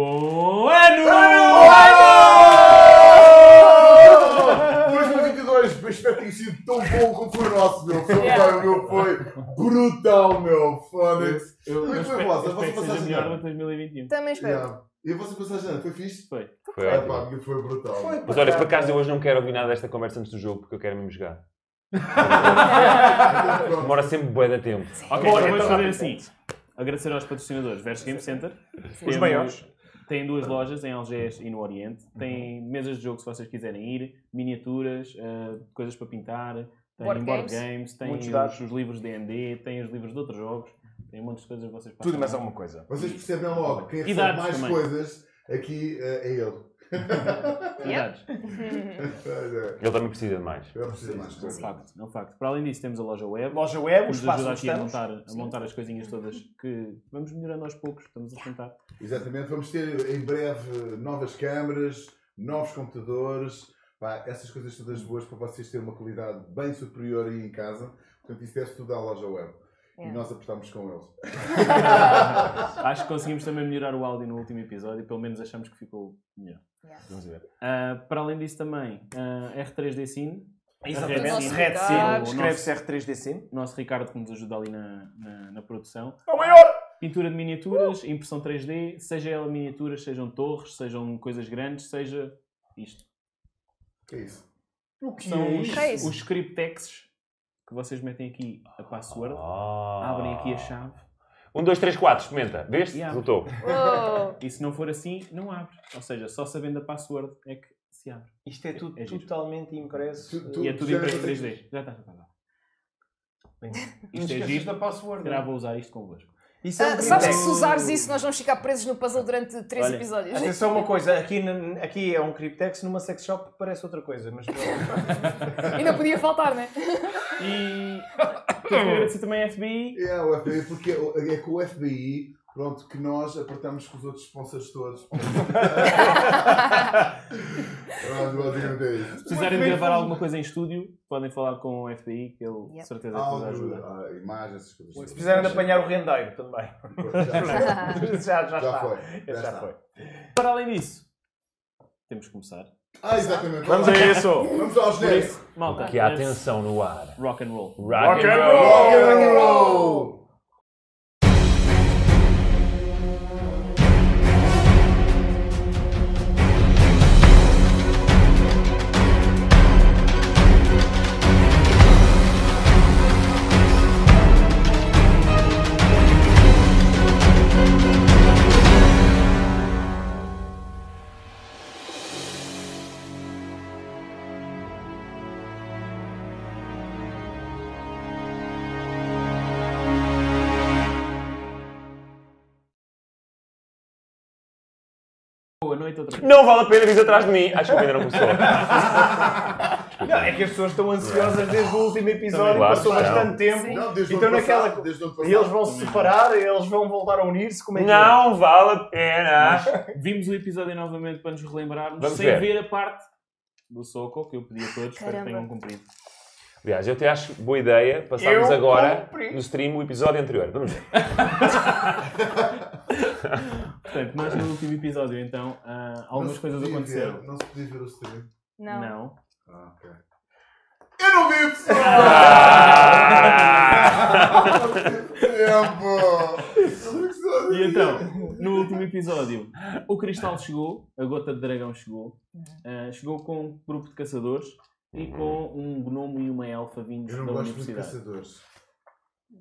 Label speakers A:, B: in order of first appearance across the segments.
A: Bueno!
B: Ah, 2022, mas espero que tenha sido tão bom como foi o nosso, meu. Foi,
C: Yeah.
B: pá, o meu foi brutal, meu. Foda-se.
A: Eu,
B: Muito
A: espero-
B: bem, Rosa,
A: eu espero
B: você
D: é
A: é que seja
B: passagem
A: melhor
B: não.
A: do que 2021.
C: Também espero.
B: Yeah. E a vossa passagem de ano foi fixe?
A: Foi.
E: Foi
B: Ah,
E: ótimo.
B: pá, a minha foi brutal.
E: Mas olha, por acaso eu hoje não quero ouvir nada desta conversa antes do jogo, porque eu quero mesmo jogar.
B: Então, pronto.
E: Demora sempre bué da tempo.
A: Ok, então vamos fazer assim. Agradecer aos patrocinadores Versus Game Center. Temos-
D: maiores.
A: Têm duas lojas em Algés e no Oriente. Têm
D: Uhum.
A: mesas de jogo se vocês quiserem ir, miniaturas, ah, coisas para pintar, têm board
C: Board
A: games,
C: games.
A: têm
D: Muitos
A: os,
D: dados.
A: os livros de D&D, têm os livros de outros jogos, têm um monte de coisas que vocês
D: Tudo
A: passam
D: e mais
A: lá.
D: alguma coisa.
B: Vocês percebem logo, quem recebe
A: Idades
B: mais
A: também.
B: coisas aqui eh, é ele.
A: Verdades.
B: Olha,
E: Ele também precisa de mais.
B: Eu preciso mais
A: É um
B: coisas.
A: facto, é um facto. Para além disso, temos a loja web.
D: Loja
A: que
D: web, o
A: Nos
D: É um espaço
A: ajuda
D: Uhum. onde
A: aqui a
D: estamos.
A: montar, a montar as coisinhas todas que vamos melhorando aos poucos, estamos a tentar.
B: Exatamente, vamos ter em breve novas câmaras, novos computadores, pá, essas coisas todas boas para vocês terem uma qualidade bem superior aí em casa. Portanto, isso deve tudo à loja web. E
C: Yeah.
B: nós apostamos com eles.
A: Acho que conseguimos também melhorar o áudio no último episódio, pelo menos achamos que ficou melhor.
D: Vamos ver.
A: Ah, para além disso também, ah, R3D Cine,
D: Exatamente.
C: O nosso
D: Red Sim.
C: Ricardo.
D: Escreve-se R3D Sim.
A: o nosso Ricardo que nos ajuda ali na, na, na produção.
D: É o maior!
A: Pintura de miniaturas,
D: Uh!
A: impressão 3D, seja ela miniaturas, sejam torres, sejam coisas grandes, seja isto.
B: Que é isso?
D: O que
A: São os,
C: Que é isso?
A: os scriptex que vocês metem aqui a password,
E: Ah.
A: abrem aqui a chave
E: Um, dois, três, quatro, experimenta. Veste?
A: Yeah.
E: Resultou.
C: Oh.
A: e se não for assim, não abre. Ou seja, só sabendo a password é que se abre.
D: Isto é tudo
A: É giro.
D: totalmente impresso.
B: Tu- tu-
A: e é tudo
B: já
A: impresso
B: não tens-
A: 3D. Já está, já está. já está.
D: Bem, Não
A: Isto
D: te
A: é
D: esqueças
A: giro.
D: da password.
A: Será
D: não
A: vou usar isto convosco.
D: é? Isso é
C: Ah,
D: um
C: sabes que
D: criptex.
C: se usares isso, nós vamos ficar presos no puzzle durante três
A: Olha,
C: episódios.
D: Atenção uma coisa, aqui, na- aqui é um Cryptex, numa sex shop parece outra coisa, mas
C: E não podia faltar, né?
A: E tenho que agradecer também a FBI.
B: É, o FBI, porque é, é com o FBI pronto, que nós apertamos com os outros sponsors todos. Mas, basicamente é isso.
A: Se precisarem de gravar alguma coisa em estúdio, podem falar com o FBI, que ele
C: Yep.
A: de certeza que vos
B: Áudio,
A: ajuda.
B: ah, imagens, essas coisas. todas.
D: se precisarem de apanhar o rendeiro também.
B: Já,
D: já, já,
B: já
D: está.
B: foi.
D: Já,
B: Já está.
D: foi.
A: Para além disso, temos que começar.
B: Ah, exatamente.
D: Vamos a isso!
B: Vamos ao
A: Por
B: genérico.
A: isso, malta,
E: Que há
A: let's
E: atenção no ar.
A: rock and roll.
E: Rock,
D: and
B: Rock and roll!
A: Boa noite outra vez.
E: Não vale a pena vir atrás de mim. Acho que ainda não começou.
D: Não, é que as pessoas estão ansiosas desde o último episódio,
E: Claro,
D: passou
E: não.
D: bastante tempo.
B: Não, desde o
D: Então
B: ano
D: naquela-
B: passado, desde o ano
D: E eles vão se
B: passado.
D: separar, eles vão voltar a unir-se, como é que é?
E: Não vale a pena.
A: Vimos o episódio novamente para nos relembrarmos,
E: Vamos
A: sem
E: ver.
A: ver a parte do soco que eu pedi a todos, espero que
C: Caramba.
A: tenham cumprido.
E: Aliás, eu até acho boa ideia passarmos
D: Eu
E: agora
D: comprei.
E: no stream o episódio anterior. Vamos ver.
A: Portanto, nós no último episódio, então, ah,
B: Não
A: algumas
B: se
A: coisas
B: podia ver,
A: aconteceram.
B: Não se podia ver o stream.
C: Não.
A: não.
B: Ah, ok. Eu não vi,
E: Ah!
B: pessoal! Tempo! Eu não sei.
A: E então, no último episódio, o cristal chegou, a gota de dragão chegou, ah, chegou com um grupo de caçadores e com um gnomo e uma elfa vindos
B: Eu
A: da
B: não gosto de
A: universidade.
B: caçadores.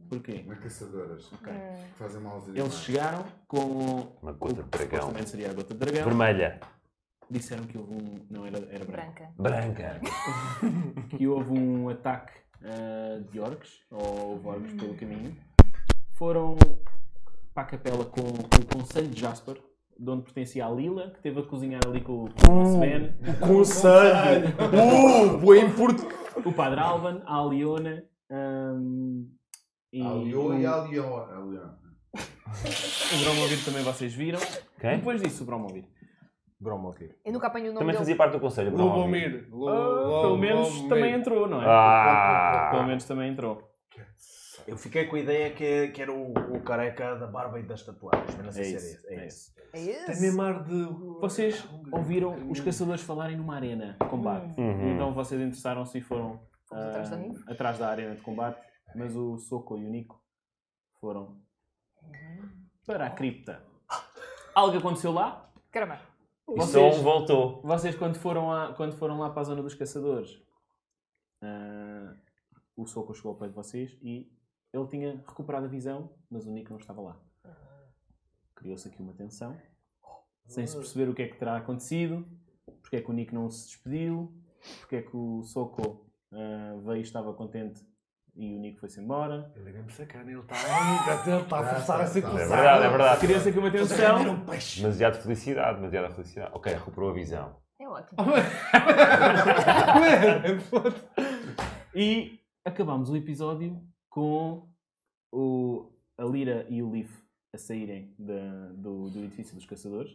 A: Porquê?
B: Nem caçadoras.
C: Hum.
B: que Fazem mal aos
A: Eles
B: animais.
A: chegaram com.
E: Uma gota de dragão.
A: Supostamente seria a gota de dragão.
E: Vermelha.
A: Disseram que houve um. Não, era, era branco.
C: Branca.
E: Branca.
A: Que houve um ataque ah, de orcs, ou houve orcs pelo caminho. Foram para a capela com o Conselho de Jasper, de onde pertencia a Lila, que esteve a cozinhar ali com o
D: Hum.
A: Sven.
D: Conselho! Uh, é importante!
A: O Padre Alvan, a Aliona hum, e
B: Há leão e há leão. há leão.
A: o Bromovir também vocês viram.
E: Quem?
A: Depois disso, o Bromovir.
D: Bromoquir.
C: Eu nunca apanho o nome
E: Também
C: dele.
E: fazia parte do conselho. não ouvi.
D: Lubomir.
A: Ah, pelo menos também entrou, não é?
E: Ah.
A: Pelo menos também entrou.
F: Eu fiquei com a ideia que, que era o, o careca da barba e das tatuagens, mas não sei
A: É
F: se
A: isso, é
F: era esse. É
A: isso.
F: esse.
C: É
D: Tem
C: isso?
D: mesmo ar de.
A: Vocês
C: Ah, um
A: ouviram os caçadores falarem numa arena de combate.
E: Uhum.
A: Então vocês interessaram-se e foram ah,
C: Fomos Hum. atrás da mim?
A: atrás da arena de combate. Mas o Soco e o Nico foram
C: Hum.
A: para a
C: Oh.
A: cripta. Algo aconteceu lá.
C: Caramba.
E: O
A: Vocês-
E: som voltou.
A: Vocês, quando foram, lá, quando foram lá para a zona dos caçadores, ah, o Soco chegou ao pé de vocês e ele tinha recuperado a visão, mas o Nico não estava lá. Criou-se aqui uma tensão, sem se perceber o que é que terá acontecido, porque é que o Nico não se despediu, porque é que o Soco ah, veio e estava contente e o Nico foi-se embora.
D: Ele é mesmo sacana, ele está
F: tá,
D: ele está a forçar a
B: É
D: circulação.
E: verdade, é verdade.
A: Criou-se aqui uma tensão.
F: um
E: Demasiado felicidade, demasiada felicidade. Ok, recuperou a visão.
C: É ótimo.
A: E acabámos o episódio com o, a Lira e o Leaf a saírem da- do, do edifício dos caçadores.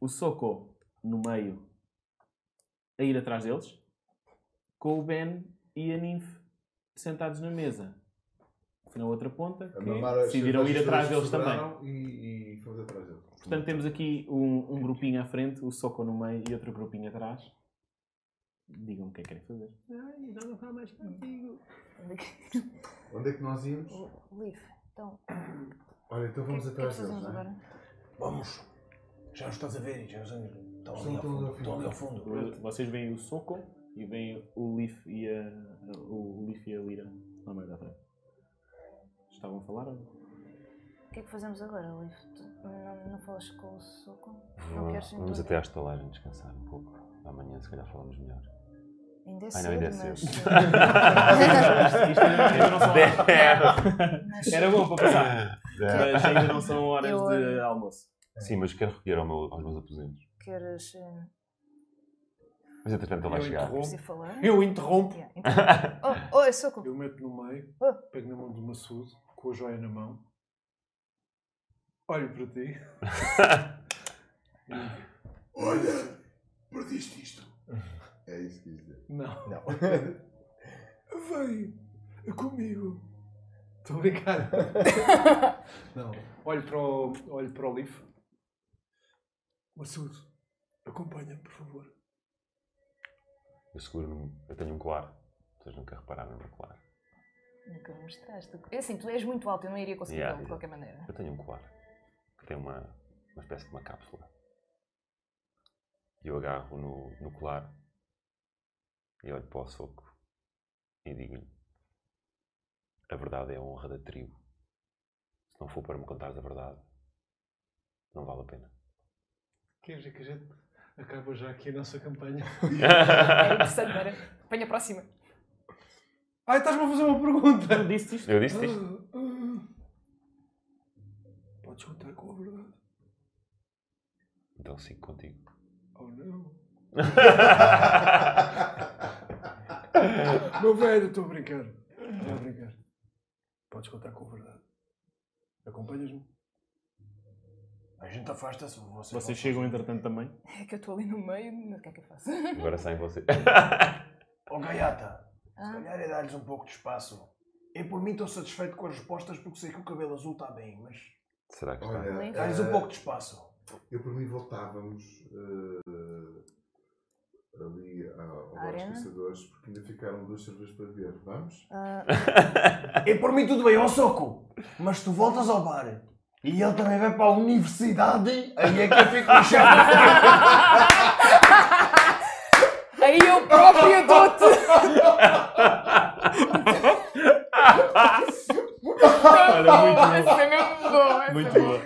A: O Soko no meio a ir atrás deles. Com o Ben e a Ninf sentados na mesa. Na outra ponta,
B: A
A: que
B: mamar as
A: decidiram ir
B: cervejas
A: atrás deles
B: todas que
A: também.
B: sobraram E, e fomos atrás deles.
A: Portanto, temos aqui um, um grupinho à frente, o Soko no meio e outro grupinho atrás. Digam-me o que é que querem fazer.
B: Onde é que nós íamos?
C: Livre. Então,
B: Olha, então
C: o que é
B: vamos
C: que
B: atrás deles,
C: fazemos
B: não é?
C: agora?
F: Vamos. Já os estás a ver, já os estão
B: Estão
F: ali ao
B: todos
F: fundo.
B: ao fundo.
F: Estão ali ao fundo.
A: Vocês veem o Soco e veem o Leaf e a, o Leaf e a Lira lá meio da frente. Estavam a falar?
C: O que é que fazemos agora, Livre? Tu Não, não falas com o soco? Não queres
E: Vamos, vamos
C: então?
E: até à estalagem descansar um pouco. Amanhã, se calhar, falamos melhor.
C: Ainda é
E: Ai, não, ainda é
C: cedo, eh, mas...
E: cedo.
A: Isto, isto ainda, ainda não são horas.
C: mas-
A: Era bom para passar,
E: Damn.
A: mas ainda não são horas
C: Eu,
A: de almoço.
E: É. Sim, mas quero recolher ao meu- aos meus aposentos.
C: Queres... eh,
E: Mas entretanto ele vai
D: Eu
E: chegar.
D: interrompo.
C: preciso falar?
D: Eu interrompo.
C: Yeah, então- oh, oh, é soco.
D: Eu meto no meio,
C: Ah.
D: pego na mão do maçudo, com a joia na mão, olho para ti. e-
B: Olha, perdiste isto. É isso que quis dizer.
D: não,
F: Não.
D: vem comigo. Estou a brincar. não, olho para o, olho para o Leaf. Maçudo, acompanha-me, por favor.
E: Eu seguro, num- eu tenho um colar. Vocês nunca repararam no meu colar.
C: Nunca me mostraste. É assim, tu és muito alto, eu não iria conseguir
E: Yeah,
C: vê-lo de
E: yeah.
C: qualquer maneira.
E: Eu tenho um colar que tem uma, uma espécie de uma cápsula. E eu agarro no, no colar e olho para o soco e digo-lhe: A verdade é a honra da tribo. Se não for para me contares a verdade, não vale a pena.
D: Queres dizer é que a gente acaba já aqui a nossa campanha?
C: Era É interessante, não era? Venha a próxima.
D: Ai, estás-me a fazer uma pergunta!
A: Eu disse isto.
E: Eu disse isto?
D: Podes contar com a verdade.
E: Então sigo contigo.
D: Ou não?
B: Olha,
D: Meu velho, estou a brincar. Estou a brincar. Podes contar com a verdade. Acompanhas-me?
F: A gente afasta-se. Vocês,
A: Vocês chegam entretanto também.
C: É que eu estou ali no meio, mas o que é que eu faço?
E: Agora saem vocês.
F: Oh, gaiata, se
C: Ah,
F: calhar é dar-lhes um pouco de espaço. Eu, por mim, estou satisfeito com as respostas porque sei que o cabelo azul está bem, mas
E: Será que está?
F: dá-lhes um
B: eh,
F: pouco de espaço.
B: Eu por mim voltávamos eh, ali ao
C: À
B: aos
C: arena?
B: caçadores porque ainda ficaram duas cervejas para beber. Vamos?
C: ah,
F: É por mim tudo bem, ao soco. Mas tu voltas ao bar e ele também vai para a universidade, aí é que eu fico lixado.
C: aí eu próprio dou-te.
A: Olha,
C: Essa é mesmo boa. essa é
A: muito boa. Muito
C: mesmo
A: boa.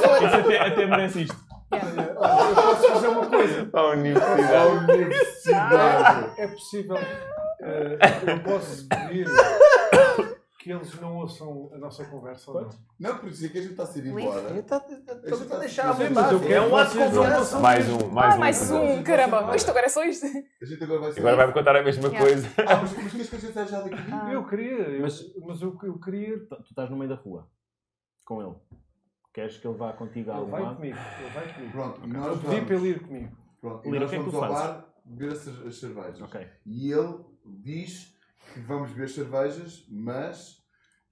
C: boa.
A: Isso até, até merece isto.
B: Olha, Ah, eu posso fazer uma coisa.
E: Para a
B: À
E: universidade.
B: universidade.
D: É possível. eh, eu posso pedir que eles não ouçam a nossa conversa ou não?
B: Não, porque isso é que a gente está a ser embora.
F: tá- Estou
B: a tá- deixar
F: deixar
B: à
F: à
B: vontade.
F: vontade.
D: É um ato de
F: confiança.
E: Mais um, mais
C: Ah,
E: um.
C: mais um, caramba. Isto agora é só isto.
B: A gente agora vai sair.
E: Agora vai-me contar a mesma
C: Yeah.
E: coisa.
B: Ah, mas mas queres que a gente saia já daqui?
D: Eu queria, eu-
A: Mas-
D: mas, eu, eu queria.
A: Tu tu estás no meio da rua com ele. Queres que ele vá contigo a
D: Ele
A: algum
D: vai
A: lado?
D: comigo, ele vai comigo.
B: Pronto,
D: Eu
B: nós
D: pedi
B: vamos.
D: para ele ir comigo.
B: Pronto, e
A: Lira, o
B: nós
A: que é que
B: vamos
A: tu
B: ao
A: fazes?
B: bar beber as cer- as cervejas.
A: Ok.
B: E ele diz que vamos beber cervejas, mas.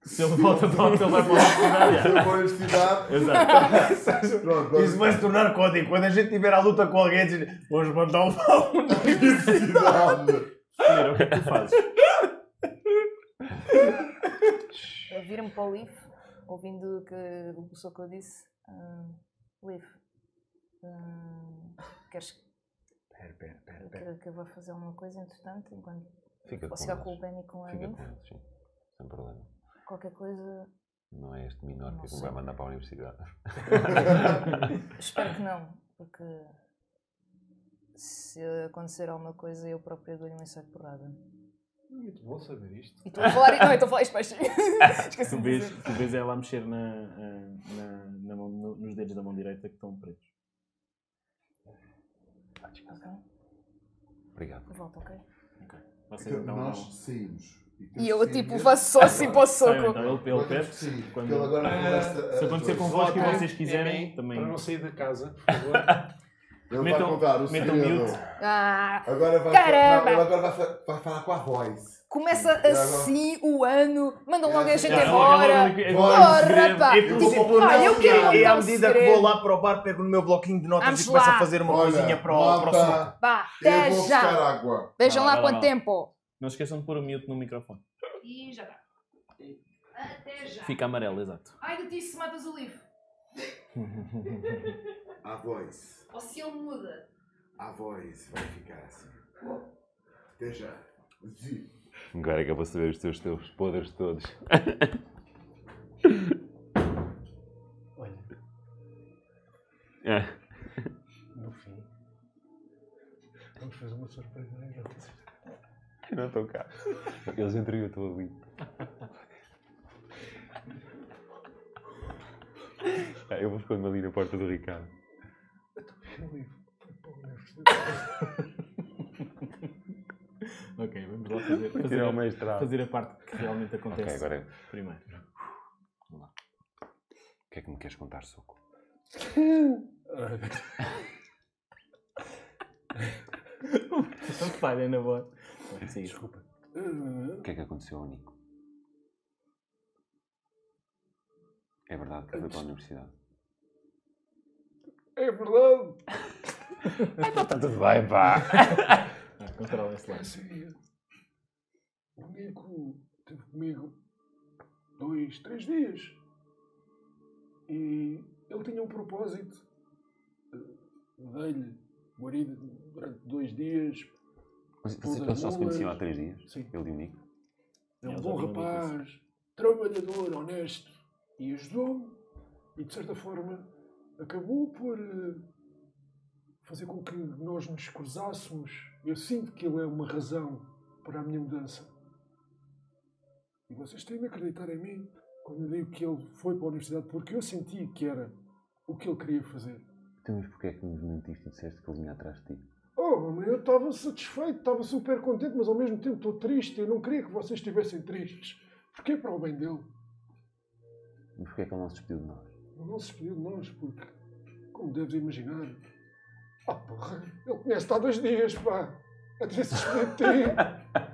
A: Se ele volta de volta, ele vai para a universidade.
B: Se eu
A: yeah.
B: for à universidade.
A: Exato.
B: Pronto, vamos-
F: Isso vai se tornar código. Quando a gente tiver à luta com alguém, diz: Vamos mandar um pau.
B: Universidade.
A: Primeiro, o que é que tu fazes?
C: Eu viro-me para o Liv, ouvindo o que o Soco disse. Uh, Liv, hum, queres
F: Pera, pera, pera, pera.
C: que, que eu vá fazer alguma coisa entretanto? Enquanto
E: Fica
C: posso ficar com o Ben e com é a
E: Fica
C: Liv?
E: com eles, sim. Sem problema.
C: Qualquer coisa.
E: Não é este menor que
C: Não
E: me
C: sei.
E: vai mandar para a universidade.
C: Espero que não, porque se acontecer alguma coisa, eu própria dou-lhe uma saco de porrada.
D: Muito bom saber isto.
C: E estou a falar. Não, eu estou a falar isto baixinho.
A: Tu
C: Esqueci-me de
A: vês,
C: dizer.
A: tu vês ela a mexer na, eh, na, na mão- no- nos dedos da mão direita que estão pretos.
E: Ah, desculpa.
C: Ok,
E: Obrigado.
C: volta, ok?
A: Ok. Vocês
B: Então,
A: então
B: nós
A: não-
B: saímos.
C: E
B: temos
C: eu,
B: que
C: tipo,
B: sair.
C: faço só assim para o
A: Sabe, então,
C: soco.
A: ele, ele
B: Agora temos
A: pede.
B: que
A: quando- É,
B: sair, porque ele agora eh,
D: Ah,
B: conversa.
A: se
B: a-
A: acontecer
B: a-
A: convosco e
D: Ok.
A: vocês tipo, quiserem,
D: Em-
A: também.
D: Para não sair da casa, por favor.
B: Ele
A: Metam-
B: vai contar o
A: metam
B: segredo.
A: mute.
C: Ah,
B: Agora vai,
C: Caramba!
B: não, ele agora vai, fa- vai falar com a voz.
C: começa
B: E agora?
C: assim o ano. Mandam logo a gente
A: Já,
C: embora.
A: ele- ele- ele-
B: Bora,
A: ele- ele-
C: pá.
A: ele- ele-
C: Tipo,
A: ele-
C: pá, eu quero
F: E
C: contar
F: à
C: um
F: medida que
C: segredo.
F: vou lá para o bar, pego no meu bloquinho de notas
C: Vamos
F: e começo
C: lá.
F: a fazer uma coisinha para o, para o soco.
B: malta,
C: Vá,
B: eu
C: até
B: vou
C: já.
B: buscar água.
C: Vejam
A: Vai
C: lá
A: lá,
C: quanto
A: vai lá.
C: tempo.
A: Não se esqueçam de pôr o mute no microfone.
C: E já está. Até já.
A: Fica amarelo, exato.
C: Ai de ti se matas o livro.
B: A voz,
C: Ou se ele muda.
B: a voz vai ficar assim. Até já. Zi.
E: Agora é que eu vou saber os teus, teus podres todos.
F: Olha,
E: Ah,
F: no fim, vamos fazer uma surpresa a eles.
E: eu não estou cá. Eles entram e eu estou ali. Ah, eu vou esconder ali na porta do Ricardo.
A: ok, vamos lá fazer, fazer,
E: Tirar o
A: a,
E: mestrado.
A: fazer a parte que realmente
E: Ok,
A: acontece
E: agora
A: primeiro.
E: o que é que me queres contar, Soco?
A: Então, Falha na voz. Sim.
F: Desculpa.
E: O que é que aconteceu ao Nico? É verdade que foi para a universidade.
D: É verdade.
E: Está Tá tudo bem, pá.
A: Ah, Controlem-se lá.
D: É sério. O Nico teve comigo dois, três dias. E ele tinha um propósito. eh, Dei-lhe marido durante dois dias.
E: Mas vocês eles só se conheciam há três dias?
D: Sim.
E: Ele e o Nico?
D: É um
A: Eles
D: bom
A: já tinham dito isso.
D: rapaz, trabalhador, honesto. E ajudou-me. E de certa forma acabou por eh, fazer com que nós nos cruzássemos. Eu sinto que ele é uma razão para a minha mudança. E vocês têm de acreditar em mim quando eu digo que ele foi para a universidade porque eu senti que era o que ele queria fazer.
E: Então, mas porquê é que nos mentiste e disseste que ele vinha atrás de ti?
D: Oh, mamãe, eu estava satisfeito, estava super contente, mas ao mesmo tempo estou triste. Eu não queria que vocês estivessem tristes. Porque é para o bem dele.
E: Mas porquê é que ele não se despediu de nós?
D: Ele não se despediu de nós, porque, como deves imaginar, ah porra, ele conhece-te há dois dias, pá, a ter se despedido de ti.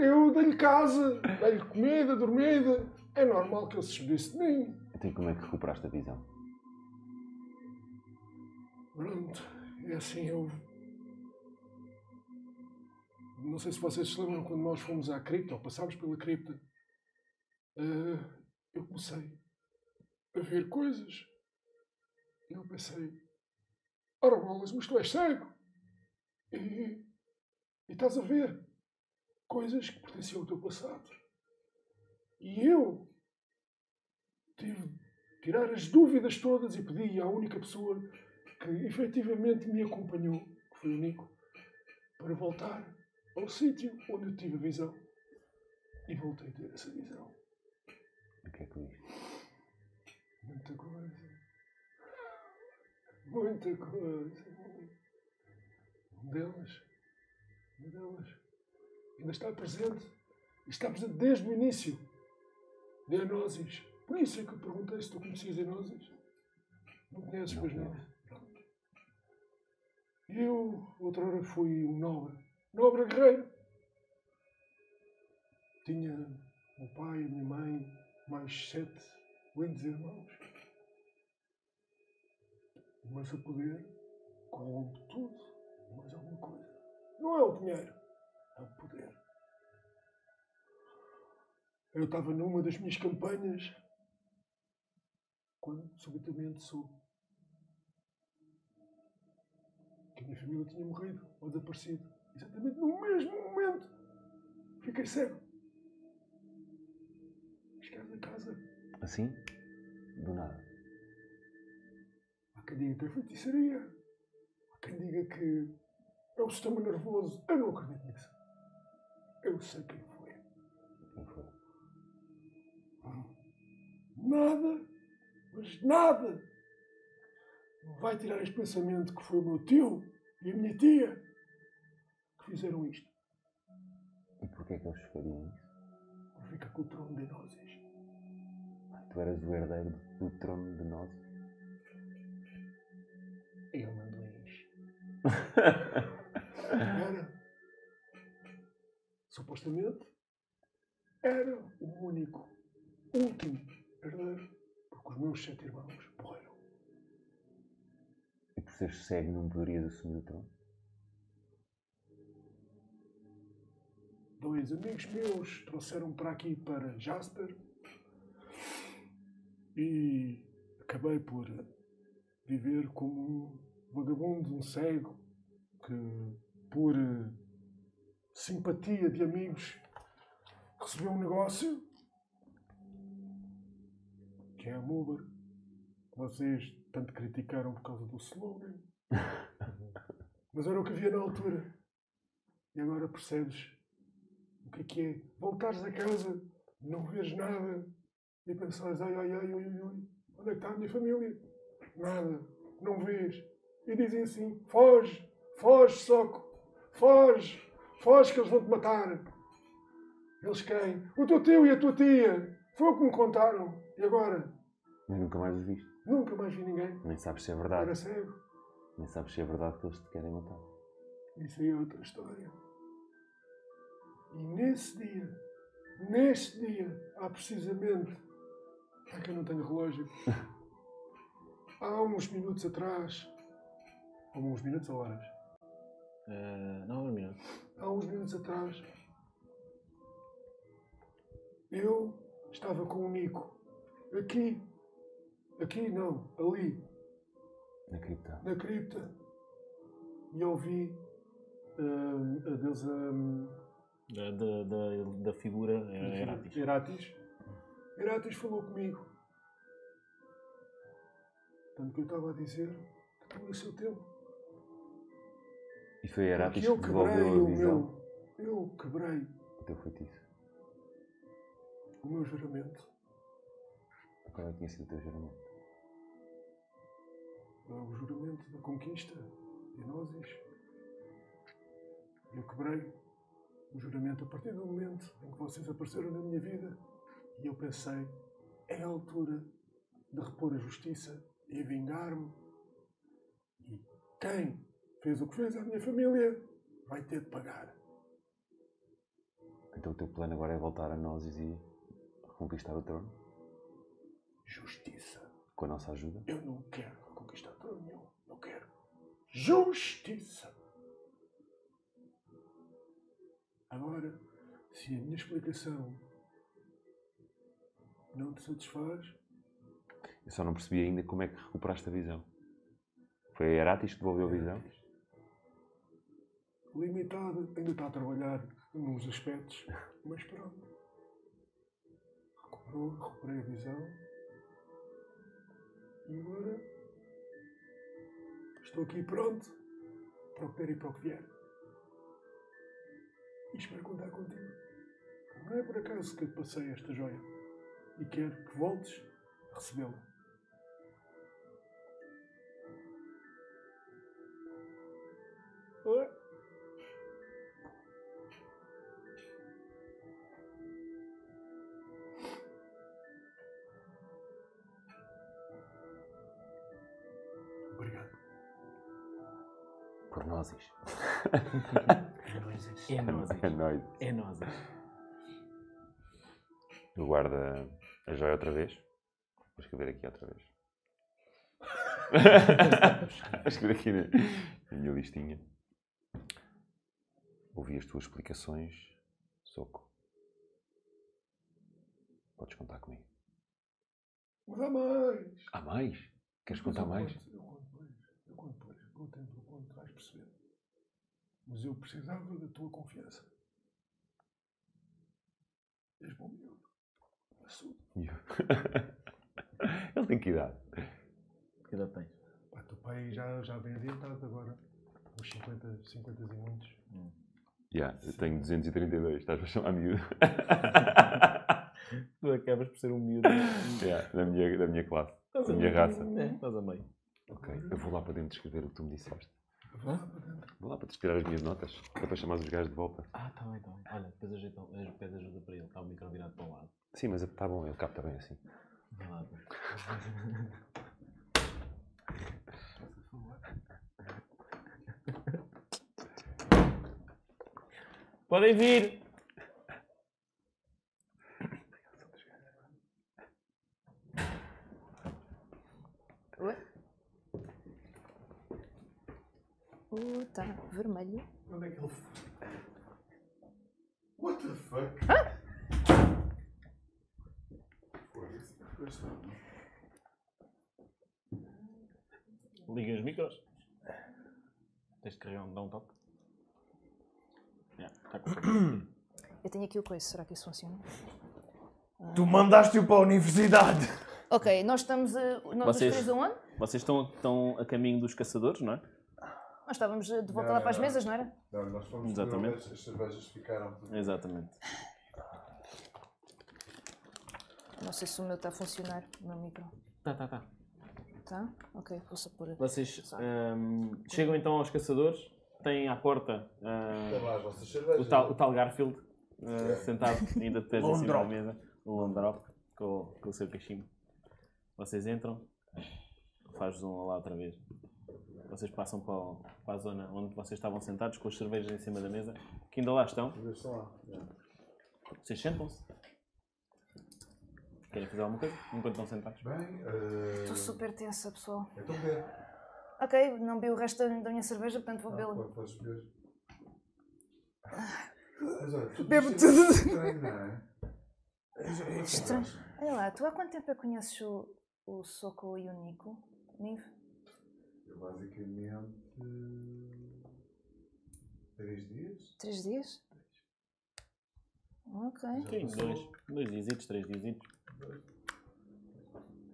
D: Eu dei-lhe casa, dei-lhe comida, dormida. É normal que ele se despedisse de mim.
E: Então, e como é que recuperaste a visão?
D: Pronto, é assim, eu. Não sei se vocês se lembram quando nós fomos à cripta, ou passámos pela cripta. Ah, eu comecei a ver coisas. E eu pensei: Ora, bolas, mas tu és cego! E, e estás a ver coisas que pertenciam ao teu passado. E eu tive de tirar as dúvidas todas e pedi à única pessoa que efetivamente me acompanhou, que foi o Nico, para voltar ao sítio onde eu tive a visão. E voltei a ter essa visão.
E: O que é que viste?
D: Muita coisa. Muita coisa. Um Uma delas. Uma delas. Um Ainda está presente. E Está presente desde o início. Diagnoses. Por isso é que eu perguntei se tu conhecias Diagnoses. Não conheces,
E: Não
D: pois não?
E: conheço.
D: Pronto. Eu, outrora, fui um nobre. Nobre guerreiro. tinha o meu pai, a minha mãe, mais sete lindos irmãos. Mas o poder corrompe tudo, mais alguma coisa. Não é o dinheiro, é o poder. Eu estava numa das minhas campanhas quando subitamente soube que a minha família tinha morrido ou desaparecido. Exatamente no mesmo momento. Fiquei cego. Chegaram a casa.
E: Assim? Do nada.
D: Há quem diga que é feitiçaria. Há quem diga que é o sistema nervoso. Eu não acredito nisso. Eu sei quem foi.
E: Não foi.
D: Nada, mas nada vai tirar este pensamento que foi o meu tio e a minha tia que fizeram isto.
E: E porquê é que eles fariam isso?
D: Fica com o trono de nozes.
E: Ah, Tu eras o herdeiro do trono de nós.
D: Eu mando eis. Era. Supostamente era o único, último herdeiro, porque os meus sete irmãos morreram.
E: E por seres cego não poderias assumir o trono?
D: Dois amigos meus trouxeram para aqui para Jasper e acabei por viver como um vagabundo, um cego, que por eh, simpatia de amigos recebeu um negócio que é a Uber. Vocês tanto criticaram por causa do slogan, mas era o que havia na altura. E agora percebes o que é que é? Voltares a casa, não vês nada e pensares, ai, ai, ai, ui, ui, ui, onde é que está a minha família? Nada, não vês. E dizem assim, foge, foge, soco, foge, foge que eles vão-te matar. Eles quem? O teu tio e a tua tia. Foi o que me contaram. E agora?
E: Mas nunca mais os viste.
D: Nunca mais vi ninguém.
E: Nem sabes se é
D: Era
E: verdade.
D: cego.
E: Nem sabes se é verdade que eles te querem matar.
D: Isso aí é outra história. E nesse dia, neste dia, há precisamente. É que eu não tenho relógio. Há uns minutos atrás. Há uns minutos ou horas?
A: Ah, não, um minuto.
D: Há uns minutos atrás. Eu estava com o Nico. Aqui. Aqui não, ali.
E: Na cripta.
D: na cripta e eu vi ah, a deusa hum,
A: Da, da, da, da figura é, era Heratis.
D: Heratis. Heratis falou comigo. Tanto que eu estava a dizer que tudo o seu tempo.
E: E foi a Heratis
D: Porque
E: que
D: eu quebrei
E: devolveu
D: o
E: a visão.
D: meu. Eu quebrei
E: O teu feitiço.
D: o meu juramento.
E: Qual é que tinha sido o teu juramento?
D: O juramento da conquista de nozes. Eu quebrei o juramento a partir do momento em que vocês apareceram na minha vida e eu pensei, é a altura de repor a justiça e vingar-me. E quem fez o que fez à minha família vai ter de pagar.
E: Então o teu plano agora é voltar a nós e reconquistar o trono?
D: Justiça.
E: Com a nossa ajuda?
D: Eu não quero conquistar todo nenhum. Não quero. Justiça! Agora, se a minha explicação não te satisfaz,
E: Eu só não percebi ainda como é que recuperaste a visão. Foi a Heratis que devolveu a visão?
D: limitada, ainda está a trabalhar nos aspectos, mas pronto. Recuperou, recuperei a visão. E agora estou aqui pronto para o que der e para o que vier. E espero contar contigo. Não é por acaso que te passei esta joia e quero que voltes a recebê-la. Ué? Obrigado.
E: Por nozes.
A: É nós.
E: É nós.
A: É nós.
E: Eu guardo a- a joia outra vez. Vou escrever aqui outra vez. Vou escrever aqui na, na minha listinha. Ouvi as tuas explicações, Soco. Podes contar comigo.
D: Mas há mais.
E: Há mais? Queres
D: Mas
E: contar
D: eu
E: mais?
D: conto, Eu conto mais. Eu conto mais. Com o tempo eu conto, vais perceber. Mas eu precisava da tua confiança. És bom miúdo. Assumo.
E: Ele tem que idade.
A: Que idade tens?
D: Pá, teu pai já, já vem adiantado agora. Uns 50, 50 e muitos.
E: Yeah, eu tenho 232, estás a chamar miúdo.
A: Tu acabas por ser um miúdo.
E: Yeah, da, minha, da minha classe.
A: Estás a
E: Minha
A: meio.
E: raça.
A: É, estás a meio.
E: Ok, eu vou lá para dentro escrever o que tu me disseste.
D: Vá lá para dentro.
E: Vou lá para te tirar as minhas notas, que é para chamar os gajos de volta.
A: Ah, tá bem, tá bem. Olha, depois ajeita, depois ajuda para ele. Está o micro virado para um lado.
E: Sim, mas está bom, ele capta bem assim.
A: Vai lá, vai. Podem vir!
C: Oi? Uh, tá vermelho.
B: Onde é que ele. What the fuck? Foda-se. Este não.
A: Liguem os micros. Tens de carregar um, dá um toque. Yeah, tá com
C: Eu tenho aqui o coice, será que isso funciona?
F: Tu mandaste-o para a universidade.
C: Ok, nós estamos a. um Nós
A: Vocês-
C: os três aonde?
A: Vocês estão, estão a caminho dos caçadores, não é?
C: Nós estávamos eh, de volta
B: Não,
C: lá para as
B: não.
C: mesas, não era?
B: Não, nós fomos
A: Exatamente.
B: Exatamente. as cervejas ficaram.
A: Exatamente.
C: Não sei se o meu está a funcionar, o meu micro.
A: Tá, tá, tá.
C: Tá? Ok, vou só pôr.
A: Vocês ahm, chegam então aos caçadores, têm à porta ah,
B: Estão lá as vossas
A: o,
B: cervejas.
A: tal, o tal Garfield
F: É.
A: ah, sentado ainda de pés em cima da
F: Londrop.
A: mesa, o Londrop, com, com o seu cachimbo. Vocês entram, faz um lá outra vez. Vocês passam para, o- para a zona onde vocês estavam sentados, com as cervejas em cima da mesa, que ainda lá estão.
B: Estão lá. Yeah.
A: Vocês sentam-se. Querem fazer alguma coisa enquanto estão sentados?
B: Bem,
C: Estou
B: uh...
C: super tensa, pessoal.
B: então vê.
C: Ok, não vi o resto da da minha cerveja, portanto vou bebê-la.
B: Ah, podes beber. Mas olha, tudo
C: Ah, Bebo
B: isto é muito
C: tudo.
B: Estranho, não é?
C: Estranho. Olha lá, tu há quanto tempo é que conheces o, o Soco e o Nico? Niv?
B: Eu basicamente. Três É dias?
C: Três dias? Ok.
A: Sim, Um, dois, dois dias, três dias.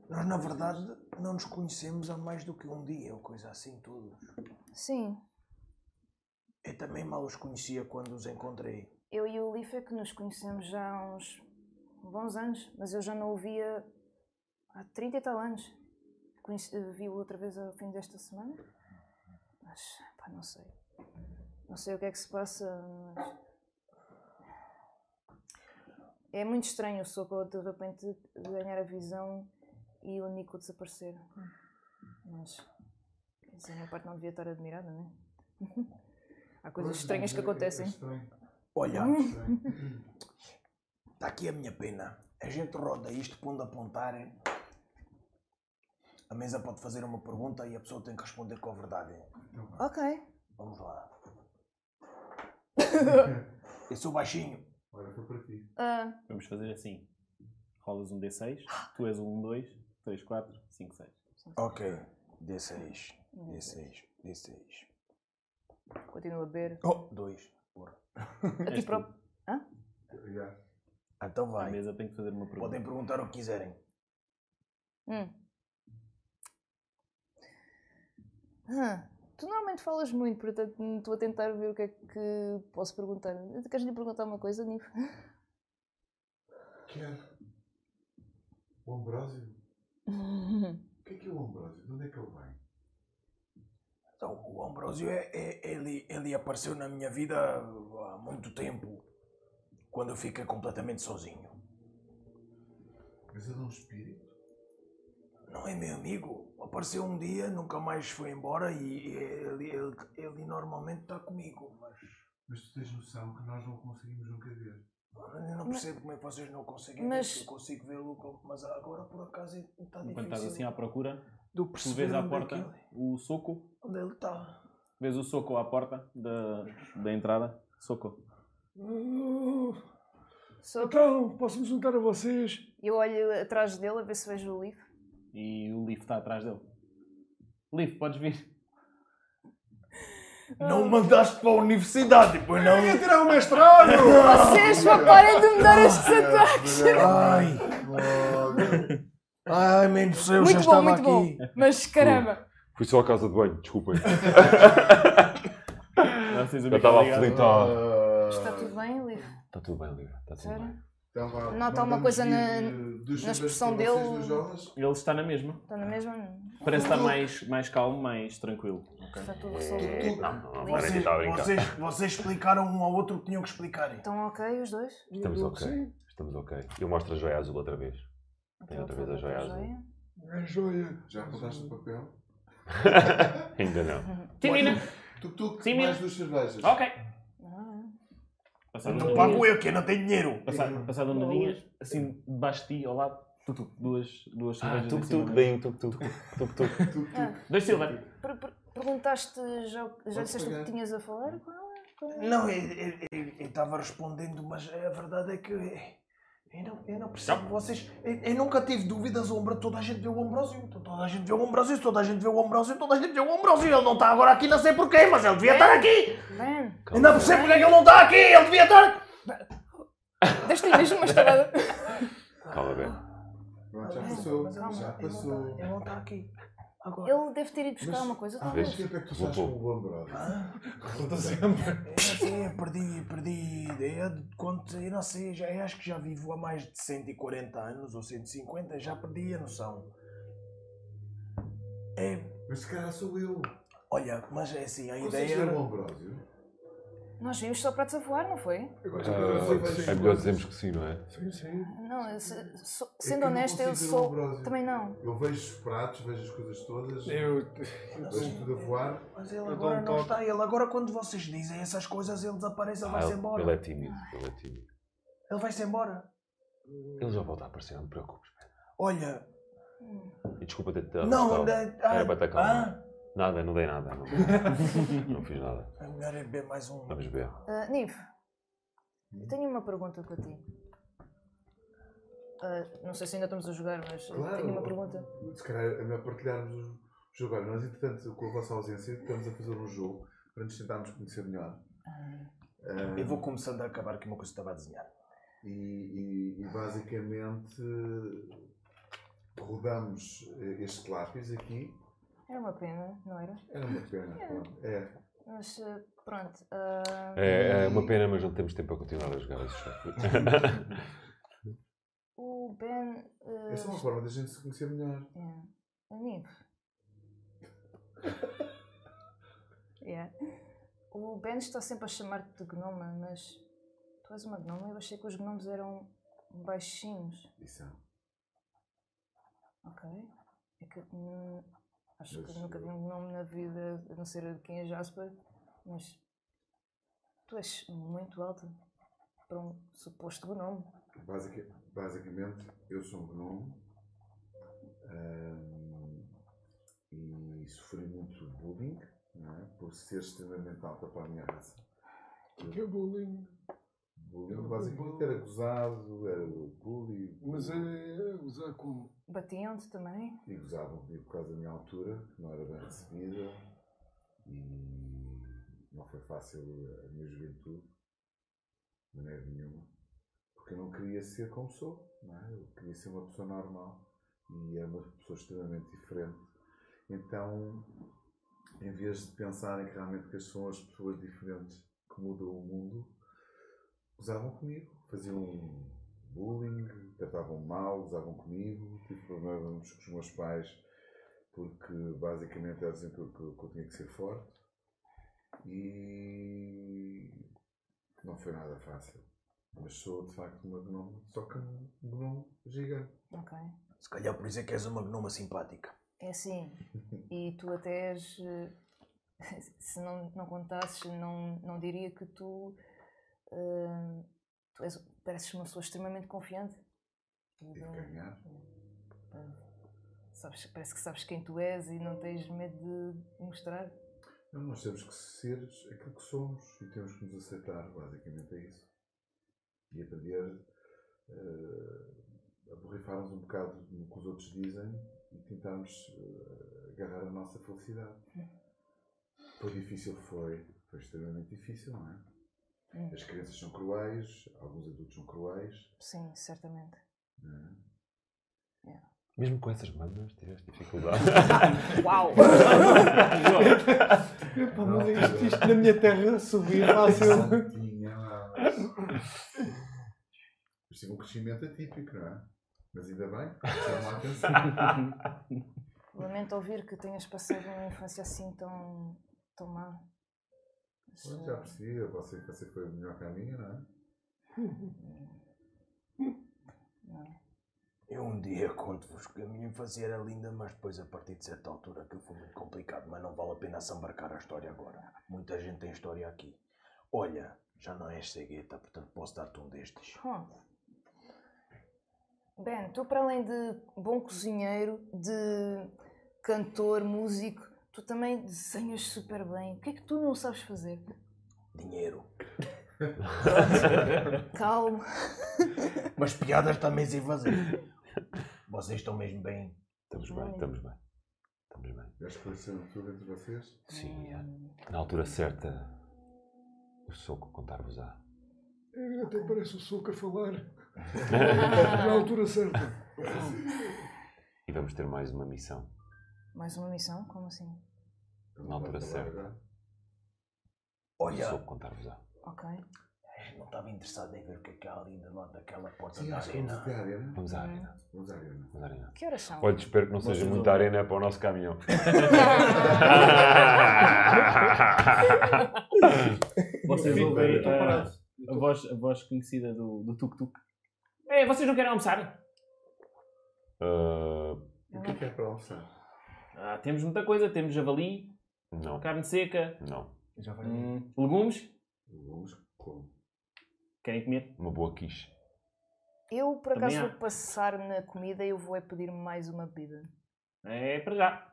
F: Nós, na verdade, não nos conhecemos há mais do que um dia, ou coisa assim, todos.
C: Sim,
F: Eu também mal os conhecia quando os encontrei.
C: eu e o Leaf é que nos conhecemos já há uns bons anos, mas eu já não o via há 30 e tal anos. Conheci- eh, Vi-o outra vez ao fim desta semana, mas pá, não sei. Não sei o que é que se passa, mas. É muito estranho o Soco de repente ganhar a visão e o Nico desaparecer. Mas. Quer dizer, a minha parte não devia estar admirada, não é? Há coisas
B: Pois, mas
C: estranhas que
B: é- é
C: acontecem.
B: estranho, é
F: Olha,
B: estranho.
F: está Tá aqui a minha pena. A gente roda isto pondo a apontar. hein? A mesa pode fazer uma pergunta e a pessoa tem que responder com a verdade.
B: Então vá.
C: Ok.
F: Vamos lá. Eu sou baixinho.
B: Olha, foi para ti.
C: Ah,
A: Vamos fazer assim. Rolas um D6, tu és um o 1, 2, 3, 4, 5, 6.
F: Ok. D6.
E: assim.
F: D6. D6.
C: Continuo a beber.
F: Oh, dois. Porra.
C: Aqui
A: És
C: para...
B: Yeah.
F: Então
A: A
F: vai.
A: mesa tem que fazer uma pergunta.
F: Podem perguntar o que quiserem.
C: Hum. Ah, tu normalmente falas muito, portanto hum, estou a tentar ver o que é que posso perguntar. Queres lhe perguntar uma coisa, Nif?
B: Quer? O Ambrósio? O que é que é o Ambrósio? De onde é que ele vem?
F: Então, o Ambrósio, é, é- ele, ele apareceu na minha vida há muito tempo, quando eu fiquei completamente sozinho.
B: Mas ele é um espírito?
F: Não é meu amigo. Apareceu um dia, nunca mais foi embora e ele, ele, ele normalmente está comigo, mas...
B: Mas tu tens noção que nós não o conseguimos nunca ver.
F: Eu não percebo como é que vocês não conseguem
C: Mas-
F: ver, porque eu consigo ver o lucro, mas agora por acaso está difícil.
A: Enquanto estás assim à procura,
F: do
A: tu vês à porta
F: Onde é que ele-
A: o soco
F: onde ele está?
A: Vês o soco à porta da, da entrada? Soco.
D: Ah,
C: Sou-
D: então, posso me juntar a vocês?
C: Eu olho atrás dele a ver se vejo o livro.
A: E o Leaf está atrás dele. Leaf, podes vir.
F: Não mandaste para a universidade, pois não?
D: Queria tirar o mestrado!
C: Vocês só parem de me dar estes ataques!
F: Ai.
B: Logo.
F: Ai, meu Deus, eu já
C: Muito bom,
F: estava
C: muito bom.
F: aqui.
C: Mas caramba!
E: Fui só à casa de banho, desculpem.
A: Vocês o
E: Eu estava
A: ligado.
E: aflito.
B: Ah.
C: Está tudo bem, livro?
E: Está Tá tudo bem, Lívia. Está tudo
C: Sério?
E: bem.
B: Então vá,
C: Nota uma
B: mandamos
C: coisa
B: vir,
C: na-
B: eh, dos
C: na
B: chuvas
C: expressão
B: para vocês,
C: dele.
B: dos jovens.
A: Ele está na mesma.
C: Está na mesma?
A: Parece estar mais, mais calmo, mais tranquilo.
C: Está tudo resolvido?
E: É, Não, não, não,
C: Vocês-
E: parece que estava tá a brincar.
F: vocês, vocês explicaram um ao outro o que tinham que explicar.
C: Estão ok os dois?
E: Estamos ok.
D: Sim,
E: Estamos ok. Eu mostro a joia azul outra vez.
C: Então,
E: outra vez a
C: outra
E: joia azul.
D: é joia.
B: Já contaste o papel?
E: Ainda não.
A: Timina!
B: Tuk-tuk,
A: Sim,
B: mais
A: mesmo.
B: duas cervejas.
A: Ok!
C: Ah,
A: Passaram
F: Então
A: um
F: pago
A: nadinhas.
F: eu, que eu não tenho dinheiro.
A: Passaram, passaram um nadinhas, assim, debaixo de ti, ao lado. Tu, tu, duas, duas
E: Ah,
A: cervejas em cima
E: tuk-tuk,
A: da mesa.
E: daí tuk-tuk. Tuk-tuk.
C: Ah.
B: Tuk-tuk.
A: Dois silver.
C: per- per- Perguntaste, já, já disseste o que
B: pagar.
C: tinhas a falar com ela? Com ela?
F: Não, eu- eu eu- eu estava respondendo, mas a verdade é que eu não, eu não percebo. Vocês, eu, eu nunca tive dúvidas, o Ambra- toda a gente vê o Ambrósio, então toda a gente vê o Ambrósio, toda a gente vê o Ambrósio, toda a gente vê o Ambrósio. Ele não está agora aqui, não sei porquê, mas ele devia
E: É?
F: estar aqui.
C: Man,
F: Eu não percebo porque é que ele não está aqui, ele devia estar aqui.
C: deste mesmo uma estrada.
E: Calma, Ben.
B: Pronto, já
F: Mas-
B: passou.
F: mas ele não-
B: já
F: ele não tá-
B: passou.
F: Ele não está aqui. Agora.
C: Ele deve ter ido buscar
B: Mas-
C: uma coisa,
B: Há
C: talvez.
B: quanto tempo é que tu
E: Vou
B: estás com
E: pôr.
B: o Ambrósio?
D: Pergunta sempre.
F: Eu não sei, eu perdi, eu perdi ideia de quanto, eu não sei, já, eu acho que já vivo há mais de 140 anos ou 150, já perdi a noção. É,
B: Mas se calhar sou eu.
F: olha, mas é assim, a
B: Consegues
F: ideia
B: ver o
F: era...
B: Ambrósio?
C: Nós vimos só pratos a voar, não foi?
E: Ah, É melhor dizermos que sim, não é?
D: Sim, sim.
C: Não, eu se- sou-
B: É
C: sendo
B: que eu não
C: honesta, eu
B: consigo ver o
C: sou.
B: Ambrósio.
C: Também não.
B: Eu vejo os pratos, vejo as coisas todas,
D: Eu...
F: não
B: vejo tudo a voar.
F: Mas ele
D: dou
F: agora
D: um
F: não
D: toque.
F: está, ele agora quando vocês dizem essas coisas, ele desaparece, ele vai-se
E: ele-
F: embora.
E: Ele é tímido. Ele é tímido.
F: Ele vai-se embora.
E: Ele já volta a aparecer, não te preocupes.
F: Olha,
E: E desculpa ter-te dado.
F: não,
E: tal.
F: não,
E: Tá, Era para te acalmar.
F: ah,
E: Nada, não dei nada. Não, não fiz nada.
F: é melhor é beber mais um.
E: Vamos ver.
C: Ah, Nive,
B: Hum.
C: eu tenho uma pergunta para ti. Ah, não sei se ainda estamos a jogar, mas eu
B: Claro.
C: tenho uma pergunta.
B: Se calhar é melhor partilharmos o jogo. Olha, nós, entretanto, com a vossa ausência, estamos a fazer um jogo para nos tentarmos conhecer melhor. Ah,
F: Eu vou começando a acabar que uma coisa que estava a desenhar.
B: e, e- e basicamente rodamos eh, este lápis aqui.
C: Era uma pena, não era?
B: Era uma pena. pronto. É.
C: Mas ah, pronto. ah,
E: É, é uma pena, mas não temos tempo para continuar a jogar esse jogo.
C: O Ben. ah,
B: Essa é uma forma da gente se conhecer melhor.
C: Yeah. A Nive. yeah. É. O Ben está sempre a chamar-te de gnoma, mas tu és uma gnoma e eu achei que os gnomos eram baixinhos.
B: Isso é.
C: Ok. É que, hum, acho
B: Mas,
C: que nunca
B: eh,
C: vi um gnome na vida, a não ser quem é Jasper, mas tu és muito alto para um suposto gnome.
B: Basica- basicamente, eu sou um gnomo ahm, e sofri muito bullying não é? por ser extremamente alta para a minha raça.
D: Que é bullying.
B: Bullying, basicamente, era acusado, era o bully
D: Mas é usar como...
C: Batiam-te também.
B: e gozavam comigo por causa da minha altura, que não era bem recebida e não foi fácil a minha juventude, de maneira nenhuma, porque eu não queria ser como sou, não é? eu queria ser uma pessoa normal e era uma pessoa extremamente diferente. Então, em vez de pensarem que realmente que são as pessoas diferentes que mudam o mundo, usavam comigo, faziam bullying, tratavam mal, usavam comigo, tive problemas com os meus pais porque basicamente eles diziam que eu, que eu- que eu tinha que ser forte e não foi nada fácil. Mas sou de facto uma gnome, só que um gnome gigante.
C: Ok.
F: Se calhar por isso é que és uma gnoma simpática.
C: É assim, e tu até és, eh, se não, não contasses, não, não diria que tu eh, Tu és, pareces uma pessoa extremamente confiante.
B: E
C: Uhum.
B: de ganhar.
C: Sabes, parece que sabes quem tu és e não tens medo de mostrar.
B: Não, Então, nós temos que ser aquilo que somos e temos que nos aceitar, basicamente é isso. E aprender eh, a borrifar-nos um bocado no que os outros dizem e tentarmos eh, agarrar a nossa felicidade. Foi difícil, foi. Foi extremamente difícil, não é?
C: Hum.
B: As crianças são cruéis, alguns adultos são cruéis.
C: Sim, certamente.
B: Não é?
E: Mesmo com essas bandas, tiveste dificuldade.
C: Uau!
B: Então,
F: Epá, mas
B: eh,
F: isto, isto na minha terra subir fácil.
B: Santinha, lá. Mas tive um crescimento atípico, não é? Mas ainda bem, chama a atenção.
C: Lamento ouvir que tenhas passado uma infância assim tão, tão má. Mas,
B: Pois,
C: eh,
B: já percebi, a vossa infância foi melhor que a minha, não é? é.
F: Eu um dia conto-vos que a minha infância era linda, mas depois a partir de certa altura que foi muito complicado, mas não vale a pena sambarcar a história agora. Muita gente tem história aqui. Olha, já não és cegueta, portanto posso dar-te um destes.
C: Hum. Ben, tu para além de bom cozinheiro, de cantor, músico, tu também desenhas super bem. O que é que tu não sabes fazer?
F: Dinheiro.
C: Calma.
F: Mas piadas também sei fazer. Vocês estão mesmo bem.
E: estamos bem, estamos bem. Estamos bem.
B: Já esclareceram tudo entre vocês?
E: Sim, é. na altura certa, o soco contar-vos-á.
D: É, Até parece o soco a falar. Na
C: Ah,
D: altura certa.
E: E vamos ter mais uma missão.
C: Mais uma missão? Como assim?
B: Então,
E: Na altura
B: vai acabar
E: certa.
B: agora.
E: O
F: Olha,
E: soco contar-vos-á.
C: Ok.
F: É, não estava interessado em ver o que é que há ali do lado daquela porta
B: Sim,
F: da
B: acho que é vamos
F: arena.
B: até à arena.
E: Vamos à arena.
B: Vamos à arena.
E: Vamos à arena.
C: Hum. Que horas são?
E: Olha, espero que não seja muita arena para o nosso caminhão. Ah,
A: Vocês
B: Sim,
A: ouvem
B: estou
A: ah,
B: parado.
A: a, voz, a voz conhecida do, do Tuk Tuk. É, vocês não querem almoçar?
E: Ah,
B: E O que é que é para almoçar?
A: Ah, temos muita coisa. Temos javali,
E: não,
A: carne seca,
E: não.
F: Já vai.
A: hum, legumes.
B: Vamos com.
A: Querem comer?
E: Uma boa quiche.
C: Eu, por
A: Também
C: acaso,
A: há.
C: vou passar na comida e eu vou é pedir mais uma bebida.
A: É para já.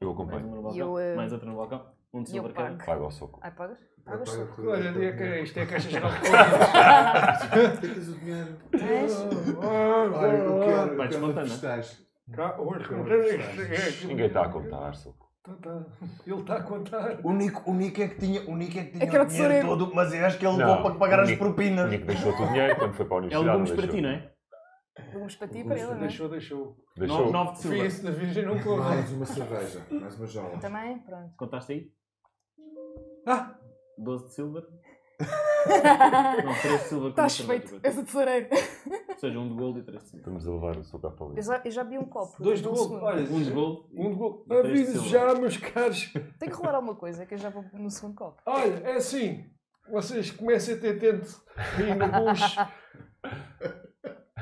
E: Eu
A: Mais uma
E: acompanho.
A: no
C: E eu,
A: balcão.
C: eh,
A: Mais outra no balcão. Um de
C: e eu
A: silver cada.
E: Pago ao soco.
C: Ai, pagas?
B: Apaga
C: Pagas? tu?
B: tudo.
D: isto é a caixa geral de
B: Tens o dinheiro.
C: Tens?
E: Hum.
B: Olha, eu
C: Ah.
B: quero,
A: Vai
B: Tá, eu quero uma
A: desmontando, né?
B: postais.
E: Ninguém está a contar, soco.
D: Tá, tá. Ele está a contar.
F: O Nico, o Nico é que tinha, o Nico é que tinha
C: Aquela
F: o dinheiro
C: tesoureira.
F: todo, mas eu acho que ele levou
E: Não,
F: para pagar
E: o
F: as
E: Nico-
F: propinas.
E: Tinha que deixou o teu dinheiro quando foi para a
A: É
E: universidade.
A: legumes para ti, não é?
C: Legumes para ti e para ele, não é?
D: Deixou, deixou.
A: No-
E: Deixou.
A: Nove de
D: Fui
A: silver.
D: isso da Virgem, não corre.
B: Mais uma cerveja, mais uma jaula.
C: Também? Pronto.
A: Contaste aí?
D: Ah,
A: 12 de silver. Não, 13 de silver. com
C: Estás
A: uma cerveja,
C: feito.
A: pronto.
C: És o tesoureiro.
A: Ou seja, um de gold e 3 de silver.
E: Estamos a levar o soco à
C: Eu
E: paleta.
C: já, eu já vi um copo.
D: dois de
C: dá-me um
D: gol.
C: segundo.
D: Olha,
A: Um de gold.
D: Um de gol.
A: E três de
D: Aviso
A: silver.
D: já, meus caros.
C: Tem que rolar alguma coisa, que eu já vou no segundo copo.
D: Olha, é assim. Vocês comecem a ter atento aí no bucho.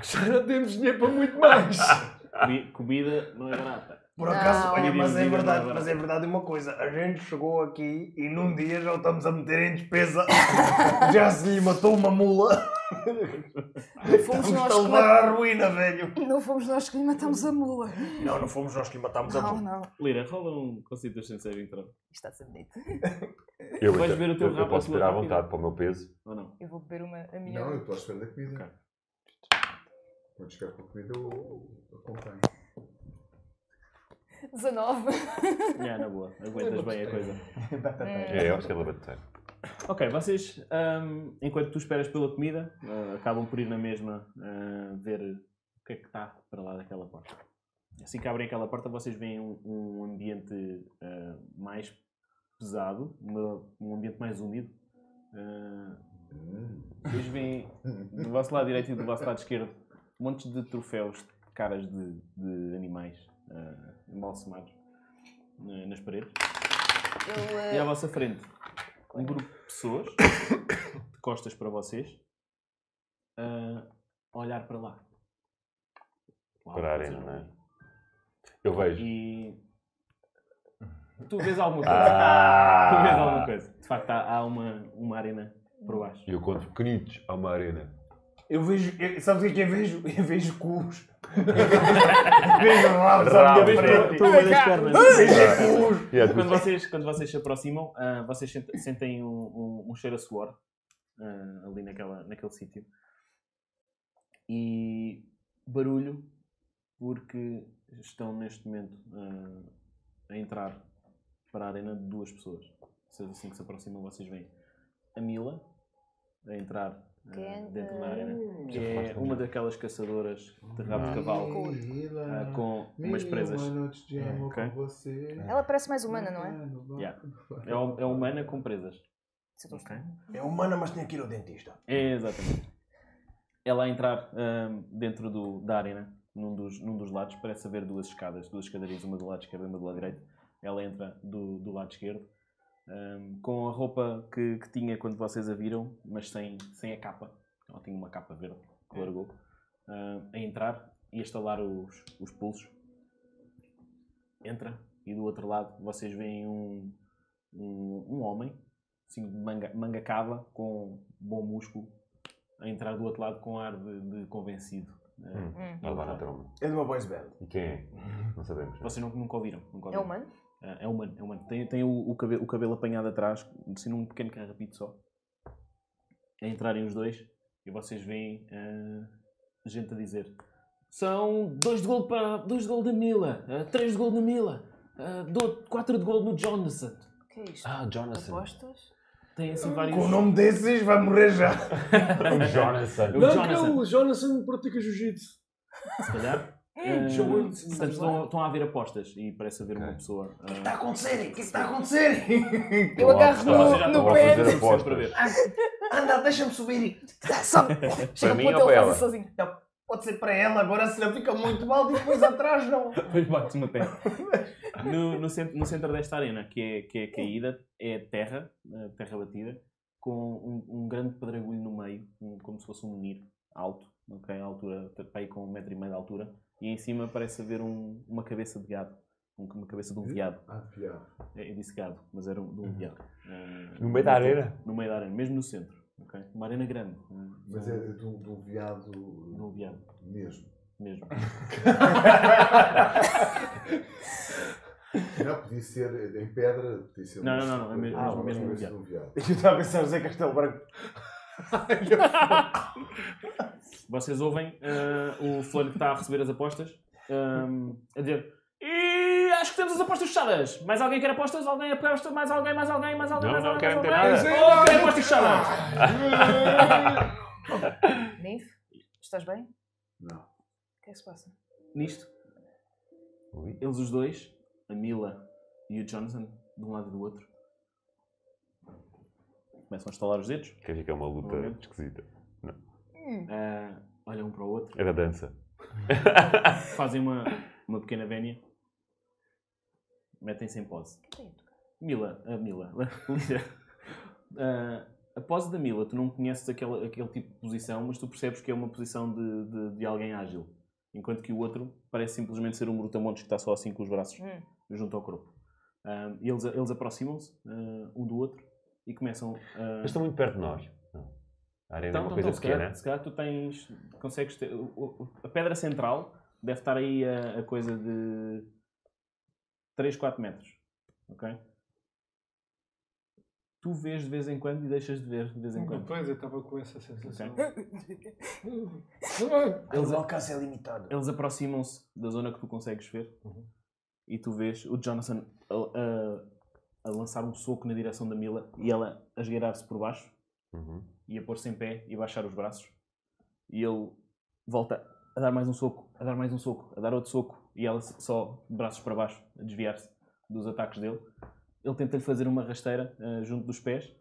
D: Já não temos dinheiro para muito mais.
A: Comi- Comida não é barata.
F: Por acaso,
C: Não.
F: olha, mas é
A: Diga,
F: verdade,
A: diga,
F: mas é verdade uma coisa. A gente chegou aqui e
C: Hum.
F: num dia já o estamos a meter em despesa. já se lhe matou uma mula.
C: Não fomos,
F: Vamos
C: nós
F: a
C: que
F: levar à ruína, velho.
C: ma- não fomos nós que lhe matámos a mula.
F: Não, não fomos nós que lhe matámos a
C: Não,
F: mula.
C: não.
A: Lira, rola um Constitution Saving Throw.
C: Isto está a ser bonito.
E: Eu,
A: Vais
E: então,
A: ver o teu
E: eu- eu
A: rabo
E: posso
A: à tua
E: virar à
A: rápido.
E: vontade para o meu peso.
A: Ou não?
C: Eu vou beber uma, a minha.
B: Não, eu estou à espera da comida.
A: Ok.
B: Quando chegar com a comida, eu eu acompanho.
C: 19.
A: É, na boa. Aguentas bem a coisa.
C: Hum,
E: É, eu acho que ela bateu.
A: Ok, vocês, ahm, enquanto tu esperas pela comida, ah, acabam por ir na mesma ah, ver o que é que está para lá daquela porta. Assim que abrem aquela porta, vocês veem um, um ambiente ah, mais pesado, uma- um ambiente mais úmido. Ah,
B: Hum.
A: vocês veem do vosso lado direito e do vosso lado esquerdo montes de troféus de caras de, de animais ah, embalsamados na- nas paredes.
C: Eu, eh,
A: E à vossa frente, um grupo de pessoas, de costas para vocês, a olhar para lá. Lá
E: Para a
A: vocês
E: arena, não é?
A: veem.
E: Eu vejo.
A: E. Tu vês alguma coisa. Tu vês alguma
E: Ah!
A: coisa. De facto, há, há uma, uma arena por baixo.
E: E eu conto pequenitos a uma arena.
F: Eu vejo. eu- sabes o que é que eu vejo? Eu vejo cubos. vejo lá, sabe? à minha frente.
A: Estou a ver as pernas.
F: Vejo cubos.
E: Yeah,
A: Quando
E: depois-
A: vocês, quando vocês se aproximam, ah, vocês sent- sentem um, um- um cheiro a suor ah, ali naquela, naquele sítio. E barulho, porque estão neste momento ah, a entrar para a arena de duas pessoas. Vocês assim que se aproximam, vocês veem a Mila a entrar ah,
C: Quem
A: dentro da
C: é?
A: arena, que
E: Já
A: é
E: falaste
A: uma
E: comigo.
A: daquelas caçadoras de rabo de
E: Ah.
A: cavalo ah,
B: Mila,
A: com umas presas. É,
B: Mil anos de amor
A: Ok.
B: com você.
C: Ela parece mais humana, não é?
A: Yeah. É, hum- é humana com presas.
C: Se eu tô-
F: É humana, mas tem que ir ao dentista.
A: É, exatamente. Ela a entrar ahm, dentro do, da arena, num dos, num dos lados, parece haver duas escadas, duas escadarias, uma do lado esquerdo e uma do lado direito. Ela entra do, do lado esquerdo, ahm, com a roupa que, que tinha quando vocês a viram, mas sem, sem a capa. Ela tinha uma capa verde que largou. ahm, a entrar e a estalar os, os pulsos. Entra e do outro lado vocês veem um, um, um homem assim, de manga, manga cava, com bom músculo, a entrar do outro lado com ar de, de convencido. Eh,
E: Hum.
C: Hum.
E: Vai lá na tromba.
F: É de uma boys band.
E: E quem é? Não sabemos. né?
A: Vocês não, nunca ouviram? Nunca
C: É
A: ouviram.
C: humano?
A: Ah, é humano, é humano. Tem, tem o, o cabelo, o cabelo apanhado atrás, assim num pequeno carrapito só. A entrarem os dois e vocês veem ah, gente a dizer são dois de gol para dois de gol da Mila, ah, três de gol da Mila, ah, do- quatro de gol no Jonathan.
C: O que é isto?
E: Ah, Jonathan.
C: Apostas?
A: Tem assim vários.
F: Com o nome Um desses, vai morrer já.
E: O Jonathan.
A: O
D: Não,
A: Jonathan.
D: não, o Jonathan pratica jiu-jitsu.
A: Se calhar.
C: É,
A: Ah,
D: Jonathan.
A: portanto, estão, estão a haver apostas e parece haver uma
E: Ok.
A: pessoa.
F: O
A: ah,
F: que está a acontecer? O que está a acontecer?
C: Eu agarro
A: Não,
E: Vocês
A: já
C: no,
A: estão
C: no
E: a
A: fazer
E: fazer
C: pé.
A: apostas.
E: apostas.
A: Sempre a ver.
F: Anda, deixa-me subir. Ah,
C: Sobe. Chega
E: mim
C: um ponto
E: ou
C: ele
E: para
C: faz
E: ela?
C: isso sozinho.
F: Pode ser para ela, agora se não fica muito mal, depois atrás não.
E: Tá,
A: Depois bates no pé. No, no centro, no centro desta arena, que é, que é caída, é terra, eh, terra batida, com um, um grande pedregulho no meio, um- como se fosse um menir alto, ok? A altura, pai com um metro e meio de altura, e em cima parece haver um- uma cabeça de gado, um- uma cabeça
E: Hum?
A: de um veado.
B: Ah, piada.
A: Eh, Eu disse gado, mas era um- de um veado. Eh,
E: Uhum. No meio da arena.
A: No meio da arena, mesmo no centro, ok? Uma arena grande. eh,
B: Mas é de um, de um viado
A: de um veado,
B: mesmo.
A: mesmo.
B: Não, podia ser em pedra, podia ser
A: Não, não, não, não, é mesmo-
B: Ah,
A: mesmo
B: mas
A: viado.
B: de um viado.
F: Eu estava a pensar no Zé Castelo Branco.
A: Vocês ouvem ah, o fulano que está a receber as apostas ahm, a dizer e acho que temos as apostas fechadas. Mais alguém quer apostas? Alguém aposta? Mais alguém? Mais alguém? Mais alguém?
E: Não,
A: mais
E: não
A: alguém?
E: quero
A: mais
E: ter
A: alguém?
F: é um
E: nada.
A: Oh, quero apostas fechadas.
F: Ah.
C: Nif, estás bem? O
B: Não.
C: que é que se passa?
A: Nisto,
E: Ui.
A: eles os dois, a Mila e o Jonathan, de um lado e do outro, começam a estalar os dedos,
E: Quer dizer que é uma luta
A: Não é?
E: esquisita.
C: Hum.
A: ah, olham um para o outro,
E: Era dança.
A: fazem uma, uma pequena vénia, metem-se em pose.
C: O que é isto?
A: Mila, a Mila, Lira. Ah, a pose da Mila, tu não conheces aquele, aquele tipo de posição, mas tu percebes que é uma posição de, de, de alguém ágil. Enquanto que o outro parece simplesmente ser um brutamontes que está só assim com os braços
C: Hum.
A: junto ao corpo. Ah, eles eles aproximam-se ah, um do outro e começam a.
E: Mas estão muito perto de nós. Não. A arena é uma coisa
A: Então, se, calhar,
E: pequena.
A: se calhar tu tens. Consegues ter. o- o- a pedra central deve estar aí a, a coisa de 3, 4 metros. Ok? Tu vês de vez em quando e deixas de ver de vez
D: Uhum.
A: em quando.
D: Pois, eu estava com essa sensação.
C: Hum.
A: Eles-
F: O alcance é limitado.
A: Eles aproximam-se da zona que tu consegues ver
E: Uhum.
A: e tu vês o Jonathan a, a- a lançar um soco na direção da Mila e ela a esgueirar-se por baixo.
E: Uhum.
A: e a pôr-se em pé e baixar os braços. E ele volta a dar mais um soco, a dar mais um soco, a dar outro soco. E ela s- só de braços para baixo, a desviar-se dos ataques dele. Ele tenta-lhe fazer uma rasteira ah, junto dos pés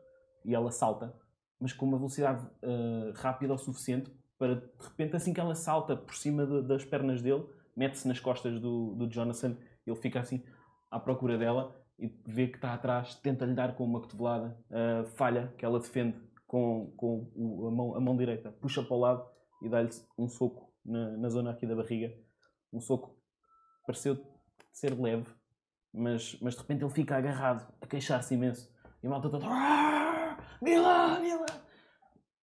A: e ela salta, mas com uma velocidade ah, rápida o suficiente para, de repente, assim que ela salta por cima de- das pernas dele, mete-se nas costas do, do Jonathan. Ele fica assim à procura dela e vê que está atrás, tenta-lhe dar com uma cotovelada, ah, falha, que ela defende com, com o- a, mão, a mão direita, puxa para o lado e dá-lhe um soco na, na zona aqui da barriga. Um soco que pareceu ser leve, mas, mas de repente ele fica agarrado, a queixar-se imenso. E a malta toda. "Ah, Mila, Mila!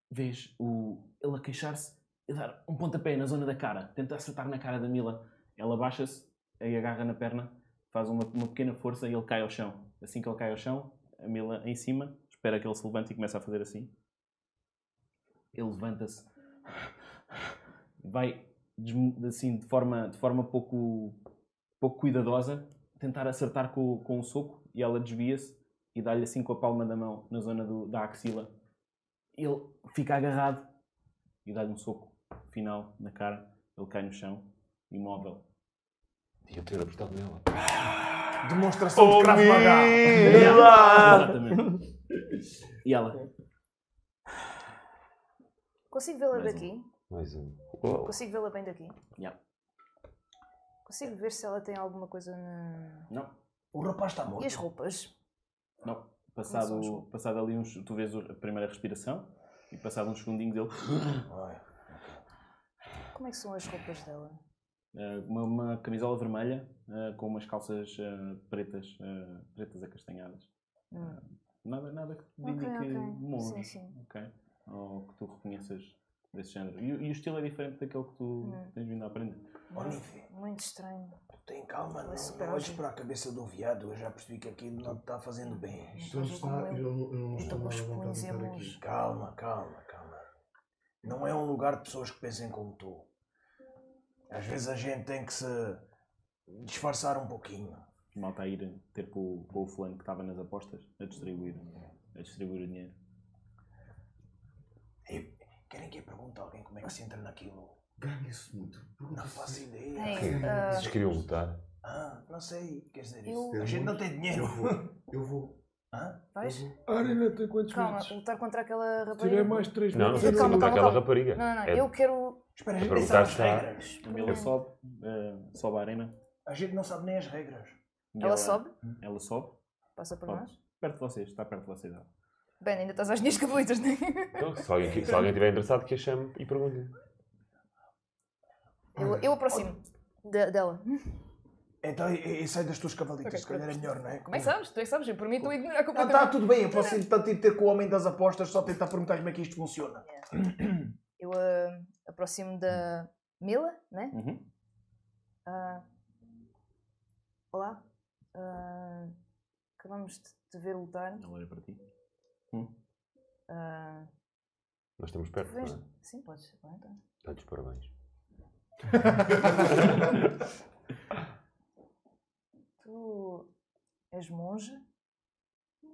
A: vês o, ele a queixar-se e dar um pontapé na zona da cara, tenta acertar na cara da Mila. Ela abaixa-se e agarra na perna, faz uma, uma pequena força e ele cai ao chão. Assim que ele cai ao chão, a Mila em cima, espera que ele se levante e começa a fazer assim. Ele levanta-se, vai desmo- assim de forma, de forma pouco, pouco cuidadosa tentar acertar com, o- com um soco e ela desvia-se e dá-lhe assim com a palma da mão na zona do- da axila. Ele fica agarrado e dá-lhe um soco final na cara. Ele cai no chão, imóvel.
E: Tinha ter apertado nela.
F: Demonstração de Krav Maga.
B: Ah!
A: Exatamente. E ela,
C: Consigo vê-la
E: Mais um.
C: daqui?
E: Mais um.
C: Consigo vê-la bem daqui?
A: Yeah.
C: Consigo ver se ela tem alguma coisa na...
A: não,
F: O rapaz está morto.
C: E as roupas?
A: não.
C: Começou o
A: Passado,
C: jogo.
A: passado ali uns. Tu vês a primeira respiração e passado uns segundinhos ele.
F: Ai.
C: Como é que são as roupas dela?
A: Uh, uma, uma camisola vermelha uh, com umas calças uh, pretas, uh, pretas acastanhadas.
C: Hum.
A: Nada, nada que te
C: Ok,
A: indique
C: ok.
A: monos,
C: Sim, sim.
A: ok? Ou que tu reconheças desse género. E, o- e o estilo é diferente daquele que tu
C: Hum.
A: tens vindo a aprender.
F: Ó, Nifi,
C: Muito estranho.
F: tem calma, não, é
C: Vai
F: não,
C: superar.
F: olhes para a cabeça do viado. Eu já percebi que aquilo não te está fazendo bem.
C: Estou com ele.
B: não, eu não
C: estou com
F: Então,
C: os punhos em mãos.
F: Calma, calma, calma. Não é um lugar de pessoas que pensem como tu. Às vezes a gente tem que se disfarçar um pouquinho.
A: Malta a ir ter com, o- com o fulano que estava nas apostas a distribuir, a distribuir o dinheiro.
F: E querem que eu pergunte a alguém como é que se entra naquilo?
B: Ganha-se muito.
F: Não faço ideia.
C: Ei, ah,
E: Vocês queriam lutar?
F: Ah, não sei. Quer dizer
C: Eu-
F: isso? A gente não tem dinheiro. é?
B: Eu vou. Eu vou.
F: Hã?
C: vais?
B: Eu vou.
D: A Arena tem quantos
C: Calma,
D: minutos?
C: lutar contra aquela
D: Tirei
C: rapariga.
D: mais três
E: Não, não
D: minutos.
E: quero
C: Calma,
E: perguntar
C: calma,
E: àquela
C: calma.
E: rapariga.
C: Não, não, não.
E: É-
C: Eu quero.
F: Espera, a
E: É
F: gente
E: para
F: nem sabe as
E: perguntar se há-
F: regras.
A: A Mila sobe, uh, sobe à arena.
F: A gente não sabe nem as regras.
A: e
C: Ela, sobe,
A: Ela sobe,
C: passa por
A: Sobe.
C: nós.
A: perto de vocês, está perto de vocês. ela.
C: Bem, ainda estás às minhas cabelitas, não é?
E: Então, se alguém, se alguém tiver interessado, que a chame e pergunte.
C: Eu, eu aproximo de- dela.
F: Então, e, e sai das tuas cavalitas,
C: Ok,
F: se calhar é melhor, não é?
C: Como é que sabes? Tu é que sabes? Eu por mim estou a ignorar
F: Não, tá
C: completamente.
F: tudo bem, eu posso ir tanto ir ter com o homem das apostas só tentar perguntar como é que isto funciona.
C: Eu ah, aproximo da Mila, né?
A: Uhum.
C: Ah, olá. Ah, acabamos de te ver lutar.
A: Ela olha para ti.
C: Ah,
E: Nós estamos perto, não
C: vens...
E: é?
C: Sim, podes. Bom, então.
E: Dá-lhes parabéns.
C: Tu és monge?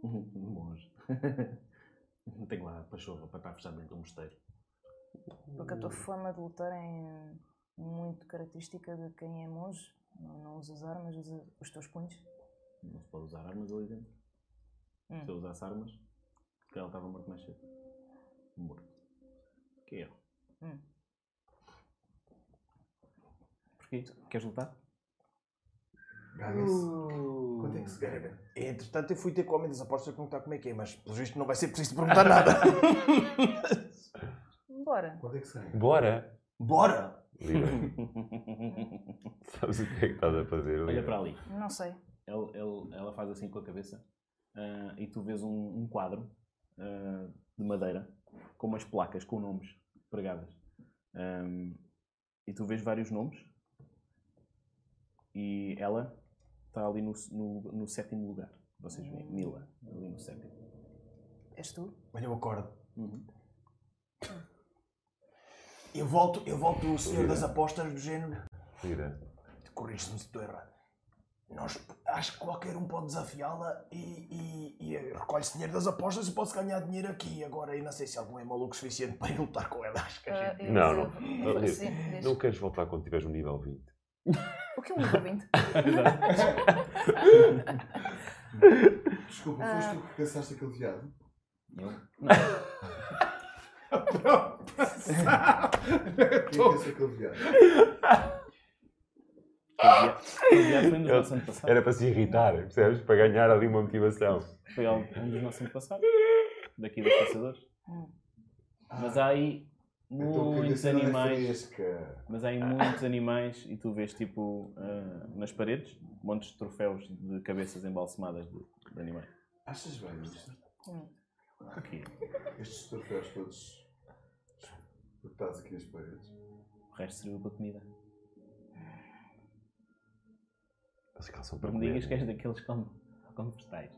C: Uhum,
A: Longe. Um Não tenho lá pachorra para estar fechado dentro do mosteiro.
C: Porque
E: Uh.
C: a tua forma de lutar é muito característica de quem é monge. Não, não usas armas, usas os teus punhos.
A: Não se pode usar armas ali dentro.
C: Hum.
A: Se eu usasse armas, porque ela estava morto mais cedo. Morto. Que erro.
C: Hum.
A: Porquê? Queres lutar?
B: Ganha-se.
F: Uh.
B: Quanto é que se ganha?
F: Entretanto, eu fui ter com o homem das apostas perguntar como é que é, mas pelo visto não vai ser preciso perguntar nada.
C: Bora.
B: Quanto é que se ganha?
E: Bora!
F: Bora!
E: Lira, sabes o que é que estás a fazer, Lira?
A: Olha para ali.
C: Não sei.
A: Ele- ele- ela faz assim com a cabeça ah, e tu vês um, um quadro ah, de madeira com umas placas com nomes pregadas. Ahm, e tu vês vários nomes e ela está ali no, no- no sétimo lugar. Vocês veem Mila ali no sétimo.
C: És tu?
F: Olha o acorde.
A: Uhum.
F: Eu volto, eu volto o senhor das apostas do género.
E: Lira,
F: Corrige-me se estou errado. Nós, acho que qualquer um pode desafiá-la e, e, e recolhe-se dinheiro das apostas e pode ganhar dinheiro aqui. Agora, eu não sei se algum é maluco suficiente para ir lutar com ela. Acho que a
C: Ah,
F: É gente...
C: eu-
E: Não,
C: eu-
E: não.
C: eu-
E: Não,
C: sim, diz.
E: não queres voltar quando tiveres um nível 20?
C: O que é um nível 20?
B: Desculpa,
C: Ah.
B: foste tu que pensaste aquele viado?
A: Eu?
B: Quem pensa aquele viado?
A: Foi um dia- foi um dos nossos ano passado.
E: Era para se irritar, percebes? Para ganhar ali uma motivação.
A: Foi algo- um dos nossos ano passado. Daqui dos caçadores.
C: Hum.
A: Mas há aí
B: Ah, Então, a
A: muitos
B: cabeça não é
A: animais.
B: fresca.
A: Mas há aí muitos animais e tu vês tipo ah, nas paredes montes de troféus de cabeças embalsamadas de, de animais.
B: Achas bem isto?
C: Hum.
A: Aqui.
B: Estes troféus todos porque estás aqui nas paredes.
A: O resto serviu para comida.
E: Eles caçam para
A: Não me
E: comer.
A: digas que és daqueles que come, come vegetais.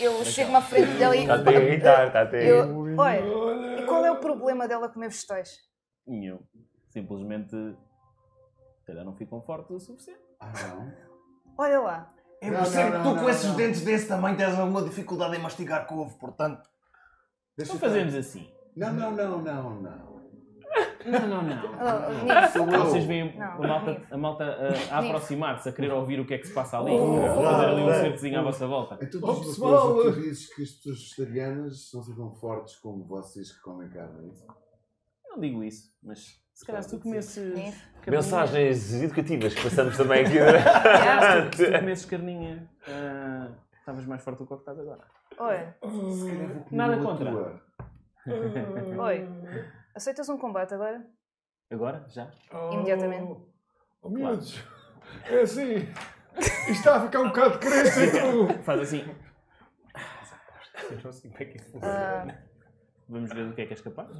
C: Eu chego-me à frente dela e.
E: Está até a irritar, está até a
C: Eu, olha, e qual é o problema dela comer vegetais?
A: Nenhum. Simplesmente, se calhar não ficam fortes o suficiente.
B: Ah, não?
C: Olha lá.
F: Eu
B: Não,
F: percebo
B: não,
F: que
B: não,
F: tu com
B: não,
F: esses
B: não.
F: dentes desse tamanho tens alguma dificuldade em mastigar couve, portanto.
B: Deixa
A: Então
B: eu
A: fazemos assim.
B: Não, não, não, não,
A: Não, não,
B: não.
A: não.
C: Oh,
B: Não,
C: Nico,
B: sou eu.
A: Ah, Vocês veem
C: Não,
A: a malta,
C: Nico.
A: a, malta ah, a, a
C: Nico.
A: aproximar-se, a querer ouvir o que é que se passa ali.
F: Oh,
A: a fazer ali um
F: oh,
A: certezinho à vossa volta.
B: Então
D: Oh,
B: diz uma
D: pessoal!
B: coisa, tu dizes que as pessoas vegetarianas não são tão fortes como vocês que comem carne, é isso?
A: Não digo isso, mas se calhar se tu comesses.
C: Nico.
A: carninha-
E: Mensagens educativas que passamos também aqui.
A: Ah, se tu- se tu
E: durante-
A: comesses carninha, ah, estavas mais forte do que o que estás agora.
C: Olha,
B: Se
D: Ah.
B: calhar vou comer
A: Hum, Nada
B: uma
A: contra.
B: tua.
C: Oi. aceitas um combate agora?
A: Agora? Já?
D: Oh,
C: Imediatamente.
D: Oh, miúdos, é assim. Isto está a ficar um bocado então. crescido.
A: Faz assim.
E: Eu não sei como é que isso
C: Ah,
E: funciona.
A: Vamos ver do que é que és capaz.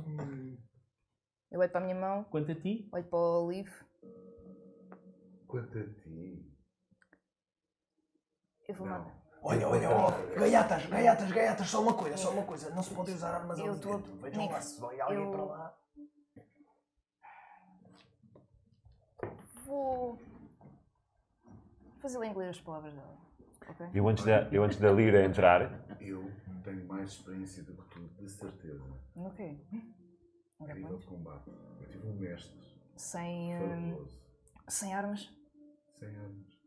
C: eu olho para a minha mão,
A: Quanto a ti,
C: olho para o livro
B: Quanto a ti.
C: e vou mandar.
B: Não.
F: Olha, olha, ó. Gaiatas, gaiatas, gaiatas, só uma coisa, só uma coisa. Não se pode usar armas
C: Eu
F: ao
C: tô-
F: dentro. Vejam lá
C: Nick,
F: se vai alguém
C: eu-
F: para lá.
C: Vou. fazê-la engolir as palavras dela. Ok?
E: Eu antes, da, eu antes da Lira entrar,
B: Eu tenho mais experiência do que tu, de certeza.
C: No quê? Ainda
B: A nível de
C: bem.
B: combate. Eu tive um mestre
C: Sem, hum,
B: fabuloso.
C: sem armas,
B: 100 anos.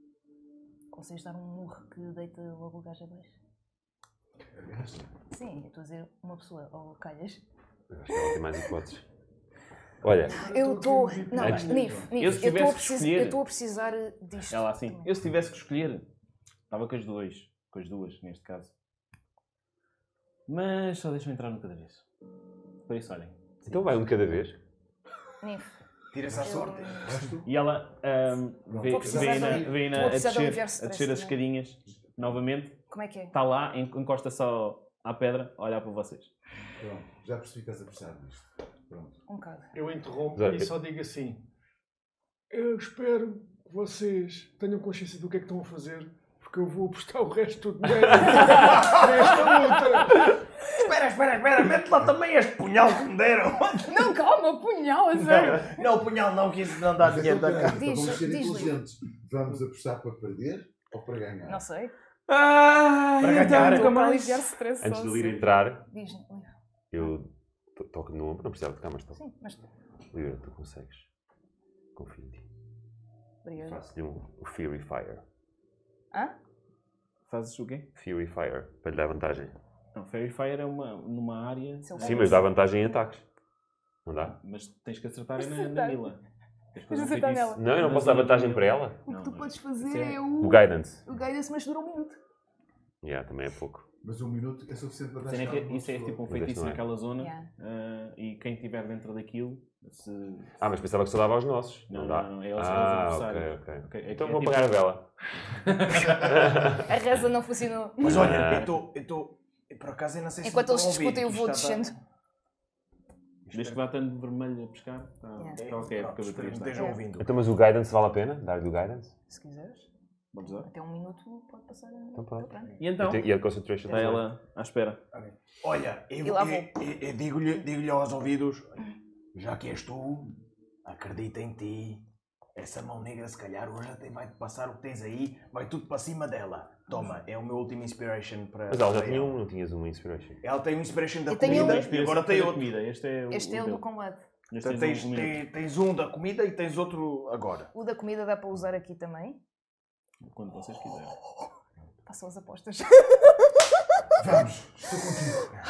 C: consegues dar um murro que deita logo o gajo abaixo?
B: Aliás,
C: Sim, eu estou a dizer uma pessoa, ou calhas.
E: acho que ela tem mais hipóteses. Olha,
C: Eu estou. Não,
A: Antes-
C: Nif, Nif,
A: Eu
C: eu
A: se
C: estou
A: tivesse
C: a
A: que
C: precisar,
A: escolher-
C: eu estou a precisar disto.
A: ela assim.
C: também.
A: Eu se tivesse que escolher, estava com as duas. Com as duas, neste caso. Mas só deixam entrar um de cada vez. Por isso, olhem.
E: então vai um de cada vez.
C: Nif,
F: Tira-se à
C: Eu-
F: sorte.
A: E ela ahm, vê,
C: Vou precisar
A: vê na,
C: de- um-
A: vê na-
C: vou
A: a
C: precisar de
A: descer,
C: aliviar stress
A: a descer as
C: também.
A: escadinhas novamente.
C: como é que é?
A: Está lá, en- encosta só à pedra, a olhar para vocês.
B: pronto, já percebi que estás a precisar disto. Pronto.
C: Um bocado.
D: Eu interrompo
E: Zé,
D: e
E: eu-
D: só digo assim. Eu espero que vocês tenham consciência do que é que estão a fazer, porque eu vou apostar o resto do dinheiro nesta luta.
F: Espera, espera, espera, mete lá também este punhal que me deram.
C: Não, calma, punhal, a sério.
F: Não, o punhal não, que isso não dá dinheiro da
B: então,
F: cara.
B: peraí, então vamos
C: Diz,
B: ser
C: diz,
B: inteligentes. Vamos apostar para perder ou para ganhar?
C: Não sei.
A: Ah,
E: Para então,
F: é
E: ganhar. nunca
C: stress
E: Antes da Lira entrar,
C: Diz,
E: eu to- toco no ombro, não precisava tocar, mas toco.
C: sim, mas.
E: Lira, tu consegues. Confio em ti.
C: Obrigada.
E: Faço-lhe um Fury Fire.
C: Hã?
A: Fazes o quê?
E: Fury Fire, para lhe dar vantagem.
A: Não, Fairy Fire é uma, numa área.
C: Sim,
E: Sim, mas dá vantagem em ataques. Não dá?
A: Mas tens que acertar na- na,
C: Acertar.
A: Mila. Tens que fazer
C: Mas
A: um
C: acertar
A: feitiço.
C: nela.
E: Não, eu não
A: Na
E: posso dar
A: zona
E: vantagem
A: da
E: para
A: Mila.
E: ela.
C: O que tu
A: Não,
C: podes
A: isso
C: fazer
A: é-
C: é
E: O
C: o.
E: Guidance.
C: O gaio se mas dura um minuto.
E: Yeah, também é pouco.
B: Mas um minuto é suficiente para
A: A
B: dar
A: cena é
B: chave a
A: que
B: uma
A: isso é
B: pessoa.
A: tipo um
E: Mas isso
A: feitiço
E: não é.
A: naquela zona
C: Yeah.
A: ah, e quem estiver dentro daquilo. Se...
E: Ah, mas pensava que só dava aos nossos. Não,
A: Não,
E: dá.
A: não, não, é aos-
E: ah,
A: aos
E: ok,
A: adversários.
E: ok.
A: Ok, é
E: Então
A: que-
E: vou
A: é tipo-
E: apagar a vela.
C: A reza não funcionou.
F: Mas olha,
E: Ah.
F: eu estou. Eu estou. Por acaso eu não sei se.
C: Enquanto
F: me
C: eles
F: estão a ouvir,
C: discutem, eu
F: que
C: vou
F: isto está a
C: descendo.
F: dar-
A: Desde que vá tanto vermelho a pescar, está
C: Yeah.
A: está ok, porque a
F: Pronto,
A: bateria
F: espero que me
A: está.
F: estejam
C: É.
F: ouvindo.
E: Então, mas o Guidance vale a pena? Dar-lhe o Guidance?
C: Se quiseres,
A: Vamos lá.
C: até um minuto pode passar. né?
E: Então pronto.
A: E então,
E: E tem- E a Concentration
A: está ela à espera.
F: Olha, eu,
C: E lá
F: eu-
C: vou.
F: eu- eu digo-lhe digo aos ouvidos, já que és tu, acredita em ti. Essa mão negra, se calhar, hoje até vai-te passar o que tens aí, vai tudo para cima dela. Toma, é o meu último inspiration para.
E: Mas ela já
F: para
E: tinha um, não tinhas uma Inspiration.
F: Ela tem um inspiration da
C: Eu tenho
F: comida
C: um.
F: e agora tem
A: Esse é da
F: outro.
A: Comida. Este é o,
C: Este
A: o
C: é o
A: dele.
C: do combate.
A: Este
F: Portanto,
A: é
F: tens,
A: do momento.
F: te- tens um da comida e tens outro agora.
C: O da comida dá para usar aqui também.
A: Quando vocês quiserem.
C: Passam as apostas.
A: um-
B: Vamos, estou contigo.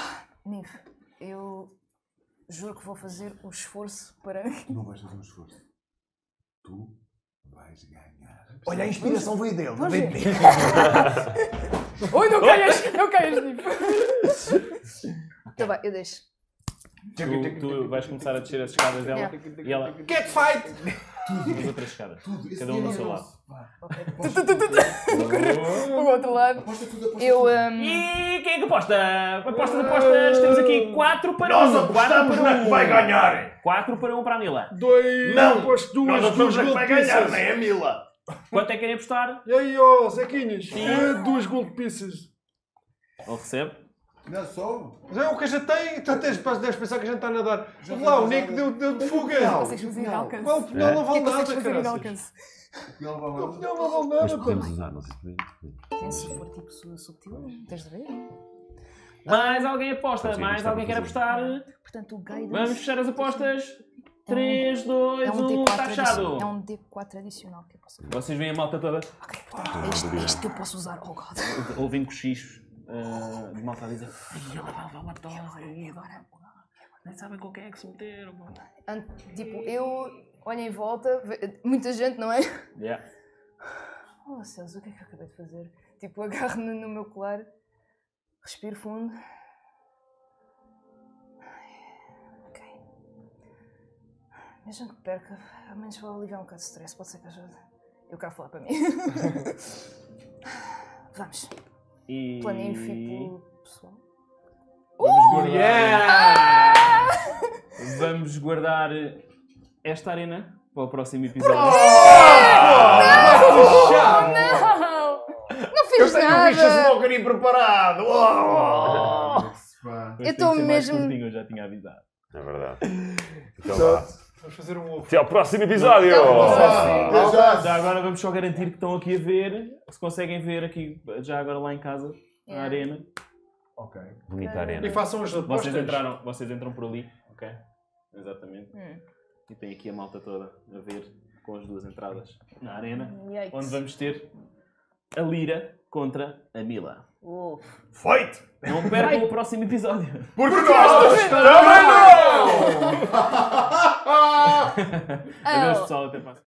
C: Nif, eu juro que vou fazer o esforço para.
B: Tu não vais fazer um esforço. Tu vais ganhar.
F: Olha, a inspiração veio dele, não
C: Vamos
F: veio de
C: ver.
F: mim.
C: Oi, não caias! Não caias, Nif! Tá bem, eu deixo.
A: Tu, tu vais começar a descer as escadas dela e ela.
F: Get fight!
A: As outras escadas.
B: Tudo, isso
A: Cada um
B: é
A: do seu
B: nosso.
A: lado.
B: Vá.
C: Tu, tu, tu, tu, tu.
A: Oh,
C: do outro lado.
B: Aposta tudo, aposta
C: Eu.
B: tudo.
C: hum,
A: E quem é que aposta? Apostas, apostas. Temos aqui 4 para 1.
F: Eh, Nós apostamos na que vai ganhar.
A: 4 para 1 para a Mila.
D: Dois,
F: Não!
D: aposto duas,
F: Nós
D: duas
F: apostamos na que vai ganhar, não
D: golpices.
F: é, a Mila?
A: Quanto é que querem apostar?
D: E aí, ó, Zequinhas, eh, duas golpices.
A: Ele recebe.
B: Não, só.
D: Já é o que a gente tem, então tens, deves pensar que a gente está a nadar.
B: Já
D: Lá, o
B: tens
D: Nick
B: nada.
D: deu, deu de
B: Tem
D: fuga.
B: final.
C: Vocês fazem
B: Não.
C: alcance.
D: Pá, O final não
C: O que é
D: vale
C: que
D: nada,
C: vocês fazem de
D: cara.
C: alcance?
B: Não, não,
D: O
B: não.
D: final não vale
E: Mas
D: nada,
E: podemos
D: pá.
E: usar, não sei se podemos.
C: Se for tipo su- subtil, tens de ver.
A: Mais alguém aposta.
E: Mas eu
A: Mais
E: gostava
A: alguém
E: de
A: quer
E: fazer.
A: apostar.
C: Portanto, o guidance.
A: Vamos fechar as apostas.
C: é um-
A: 3, 2,
C: É um
A: 1.
C: D4
A: Está tá fechado.
C: adicional. É um D4 adicional que eu posso usar.
A: Vocês veem a malta toda
C: Ok,
A: Ah,
C: portanto, é isto, é isto que eu posso usar. Oh god.
A: ouvindo cochichos ah, de malta a dizer "Ai, ela vai levar uma
C: E
A: tosa,
C: agora? E agora?
A: nem sabem com quem é que se meteram. pô."
C: Ant- Tipo, eu olho em volta, ve- muita gente, não é?
A: Yeah.
C: Oh céus, o que é que eu acabei de fazer? Tipo, agarro no, no meu colar, respiro fundo. Ok. Mesmo que perca, ao menos vou aliviar um bocado de stress, pode ser que ajude. Eu quero falar para mim. Vamos,
A: E...
C: planifico pessoal.
A: Vamos
C: Uh!
A: guardar,
D: Yeah!
A: vamos guardar esta arena para o próximo episódio.
C: Não! Não
F: Eu
C: fiz
F: tenho um bicho
C: nada!
F: smoker preparado. Oh!
B: Ah, se pá.
A: Mas tem que
C: tô
A: ser mais
C: mesmo-
A: curtinho, eu já tinha avisado.
E: É verdade. Então vá.
D: Vamos fazer um ovo.
E: Até ao próximo episódio!
B: Ah, até já.
A: Já agora vamos só garantir que estão aqui a ver, se conseguem ver aqui, já agora lá em casa, na
C: Yeah.
A: arena.
B: Ok.
E: Bonita arena.
D: E façam as apostas.
A: Vocês entraram, vocês entram por ali, ok? Exatamente.
C: Hum.
A: E tem aqui a malta toda a ver com as duas entradas na arena,
C: Yikes.
A: onde vamos ter a Lira contra a Mila.
C: Uou.
F: Feito!
A: Não percam o próximo episódio.
F: Porque nós também não!
C: Oh. Ah.
A: Adeus pessoal, até para a semana.